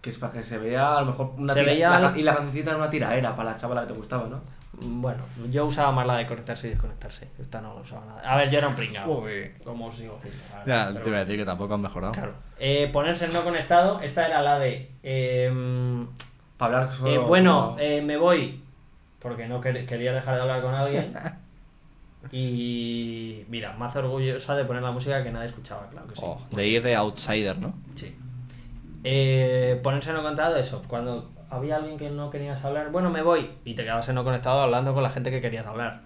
Que es para que se vea a lo mejor una Se tira- veía la- al- y la cancioncita era una tiraera para la chavala que te gustaba, ¿no? Bueno, yo usaba más la de conectarse y desconectarse. Esta no la usaba nada. A ver, yo era un pringado. Como sigo pringado. Ya, Pero te voy a decir que tampoco han mejorado. Claro. Eh, ponerse en no conectado, esta era la de. eh, Para hablar solo. eh, bueno, eh, me voy. Porque no quer- quería dejar de hablar con alguien. Y. Mira, más orgullosa de poner la música que nadie escuchaba, claro que pues sí. Oh, de ir de outsider, ¿no? Sí. Eh, ponerse no conectado, eso. Cuando había alguien que no querías hablar, bueno, me voy. Y te quedabas en no conectado hablando con la gente que querías hablar.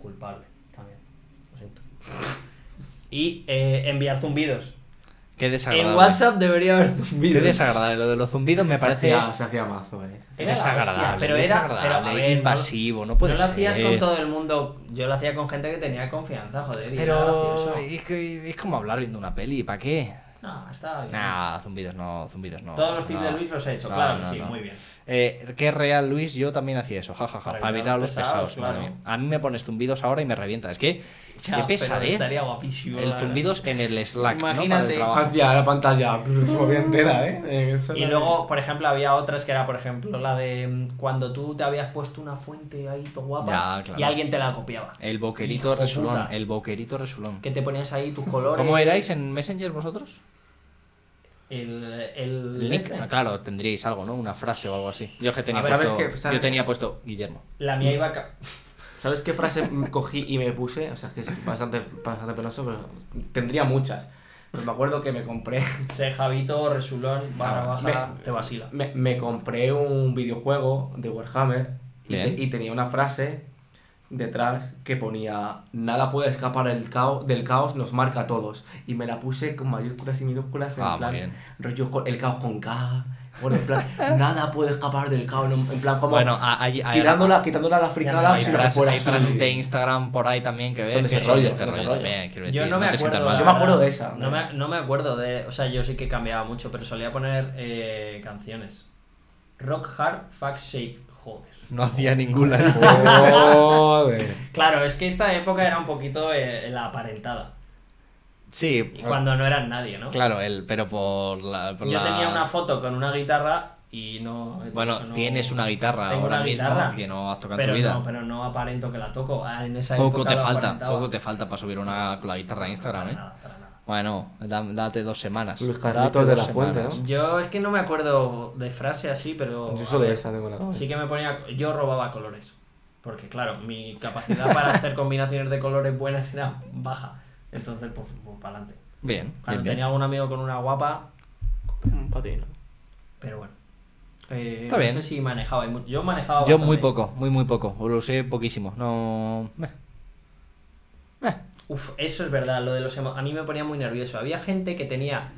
Culpable, también. Lo siento. Y eh, enviar zumbidos. Qué desagradable. En WhatsApp debería haber Qué zumbidos. desagradable. Lo de los zumbidos me Se parece hacía- se hacía mazo, eh. Era la desagradable. hostia, pero era- desagradable, pero, a ver, no- invasivo, no puede no lo ser. hacías con todo el mundo. Yo lo hacía con gente que tenía confianza, joder. y era Pero gracioso. es, que- es como hablar viendo una peli, ¿para qué? No, estaba bien. Nah, zumbidos no, zumbidos no. Todos los tips no. de Luis los he hecho, No, claro que no, sí, no. muy bien. Eh, qué real, Luis, yo también hacía eso, jajaja, Para para, evitar los pesados. madre claro. mía. A mí me pones zumbidos ahora y me revienta. Es que, Ya, qué pero pesadez. Estaría guapísimo. la El verdad. zumbidos en el Slack, ¿no? Para el Imagínate. trabajo. Hacía la pantalla, se bien entera, ¿eh? eh. eso Y era- luego, por ejemplo, había otras que era, por ejemplo, la de mm, cuando tú te habías puesto una fuente ahí to guapa Ya, claro. y alguien te la copiaba. El boquerito Hijo resulón, puta. el boquerito resulón. Que te ponías ahí tus colores. ¿Cómo erais en Messenger vosotros? El, el, El nick, este. ah, claro, tendríais algo, ¿no? Una frase o algo así. Yo que tenía A ver, puesto, ¿sabes qué? ¿sabes yo qué? tenía puesto Guillermo. La mía iba. ca- ¿Sabes qué frase cogí y me puse? O sea, es que es bastante, bastante penoso, pero tendría muchas. Pero me acuerdo que me compré, Se Javito, Resulón, barra Ah, baja, me- te vacila. me, me compré un videojuego de Warhammer y, Bien. te- y tenía una frase detrás que ponía nada puede escapar el cao- del caos, nos marca a todos. Y me la puse con mayúsculas y minúsculas en Ah, muy plan bien. rollo co- el caos con K. Bueno, en plan, nada puede escapar del caos, no- en plan como Bueno, a- hay, hay- quitándola, quitándola la fricada hay si si lo que frases- Ah, fuera hay así. frases de Instagram por ahí también que ves de que ese son de rollo, este son de ese rollo rollo. también, quiero Yo decir, no me te sientas acuerdo. mal. eh. la Yo me acuerdo verdad. de esa, No hombre. me, no me acuerdo de. O sea, yo sí que cambiaba mucho, pero solía poner eh, canciones. Rock Hard, Fuck Shape, joder. No hacía ninguna. Joder. Claro, es que esta época era un poquito eh, la aparentada. sí, Y cuando no eran nadie, ¿no? claro, el, pero por la... por Yo la- tenía una foto con una guitarra y no. Bueno, no- tienes una guitarra Tengo ahora una mismo guitarra, que no has tocado en Pero tu vida. no, pero no aparento que la toco. Ah, en esa poco época te lo falta, aparentaba. poco te falta para subir una con la guitarra a Instagram, Para ¿eh? nada, para nada. Bueno, da- date dos semanas. Los date Carlitos de la Fuente, ¿no? Yo es que no me acuerdo de frase así, pero. Yo a solo ver, esa tengo en la cabeza. Sí que me ponía. Yo robaba colores. Porque, claro, mi capacidad para hacer combinaciones de colores buenas era baja. Entonces, pues, para adelante. Bien, Cuando bien, bien. tenía algún amigo con una guapa, Un patino. Pero bueno. Eh, Está no bien. sé si manejaba. mu- Yo manejaba. Yo bastante. muy poco, muy muy poco. Lo usé poquísimo. No. eh, meh. Uf, eso es verdad. Lo de los emo- A mí me ponía muy nervioso. Había gente que tenía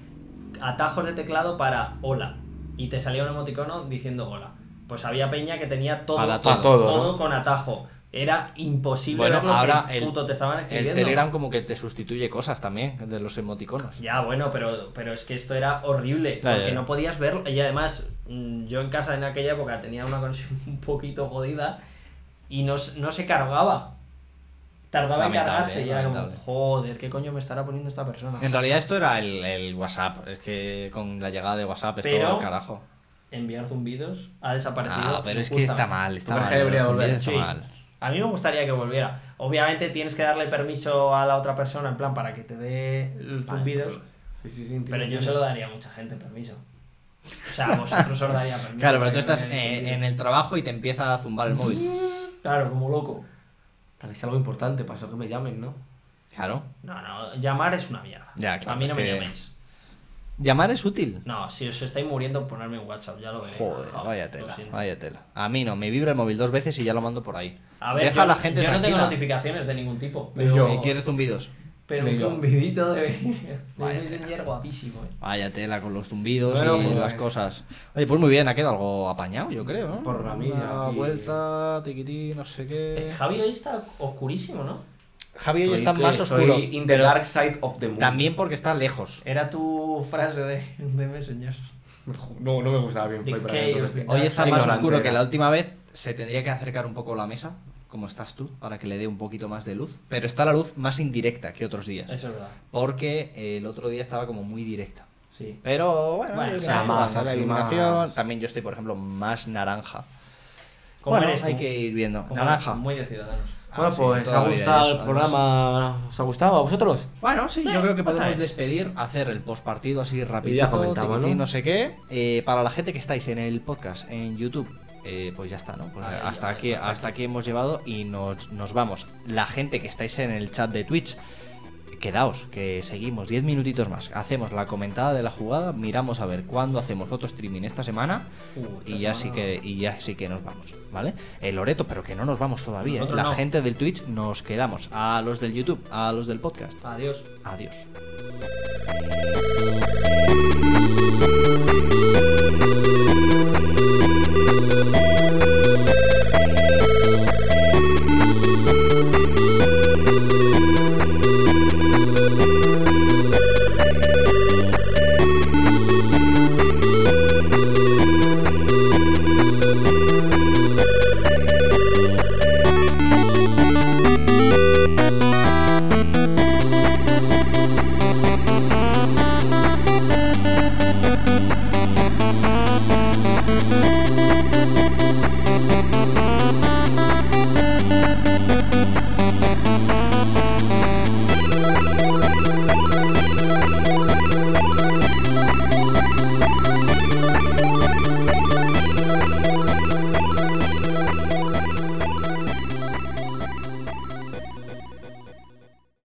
atajos de teclado para hola. Y te salía un emoticono diciendo hola. Pues había peña que tenía todo, Para todo, todo, ¿no? con atajo. Era imposible Bueno, ver lo ahora que el- puto te estaban escribiendo. El Telegram como que te sustituye cosas también de los emoticonos. Ya, bueno, pero, pero es que esto era horrible, Ya, porque ya. no podías verlo. Y además, mm, yo en casa en aquella época tenía una conexión un poquito jodida y no, s- no se cargaba. Tardaba en Lamentable, cargarse y era como, lamentable. joder, ¿qué coño me estará poniendo esta persona? En realidad esto era el, el WhatsApp. Es que con la llegada de WhatsApp es Pero- todo el carajo. Enviar zumbidos ha desaparecido. Ah, pero es que injustamente. está mal, está Tu mal. pareja debería los volver, zumbidos sí. Está mal. A mí me gustaría que volviera. Obviamente tienes que darle permiso a la otra persona, en plan, para que te dé el zumbidos. pues, Sí, sí, sí, entiendo, Pero yo entiendo. se lo daría a mucha gente permiso. O sea, vosotros os daría permiso. Claro, pero tú para que estás me den eh, zumbidos. en el trabajo y te empieza a zumbar el móvil. Claro, como loco. Tal vez sea algo importante, pasó que me llamen, ¿no? Claro. No, no, llamar es una mierda. Ya, claro, a mí no me que- llaméis. Llamar es útil. No, si os estáis muriendo, ponerme un WhatsApp, ya lo veréis. Joder, Joder, vaya lo tela, siento. vaya tela. A mí no, me vibra el móvil dos veces y ya lo mando por ahí. A ver, Deja yo, a la gente yo no tengo tranquila. notificaciones de ningún tipo. Ni Pero, Y quiere zumbidos. pero Ni un yo. zumbidito de, de Vaya Messenger guapísimo, eh. Vaya tela con los zumbidos Bueno, y pues. las cosas. Oye, pues muy bien, ha quedado algo apañado, yo creo, ¿no? Por Ramírez, Una aquí. vuelta, tiquití, no sé Eh, qué. Javi hoy está oscurísimo, ¿no? Javi hoy Estoy está que más estoy oscuro. In the pero dark side of the moon. También porque está lejos. Era tu frase de, de Messenger. No, no me gustaba bien. The Play Brian, Chaos entonces, Without Hoy está más Ignorante oscuro era. que la última vez. Se tendría que acercar un poco la mesa, como estás tú, para que le dé un poquito más de luz. Pero está la luz más indirecta que otros días. Eso es verdad. Porque el otro día estaba como muy directa. Sí. Pero bueno, Bueno, yo o qué sea, sé, más, pasa la sí, iluminación. más. También yo estoy, por ejemplo, más naranja. ¿Cómo Bueno, eres tú? hay que ir viendo. Como Naranja. Muy de ciudadanos. Ah, Bueno, sí, pues toda ha la vida, gustado eso, el además. programa. ¿Os ha gustado a vosotros? Bueno, sí, yo creo que podemos bastante. despedir, hacer el postpartido así rapidito, Ya comentamos, tiquitín, ¿no? sé qué. Eh, para la gente que estáis en el podcast, en YouTube, eh, pues ya está, ¿no? Pues Ahí, hasta, ahí, aquí, hasta hasta, aquí hemos llevado y nos, nos vamos. La gente que estáis en el chat de Twitch, quedaos, que seguimos 10 minutitos más. Hacemos la comentada de la jugada, miramos a ver cuándo hacemos otro streaming esta semana Uh, esta y ya semana. sí que y ya sí que nos vamos, ¿vale? Eh, Loreto, pero que no nos vamos todavía. ¿eh? Nosotros La no. gente del Twitch nos quedamos, a los del YouTube, a los del podcast. Adiós. Adiós.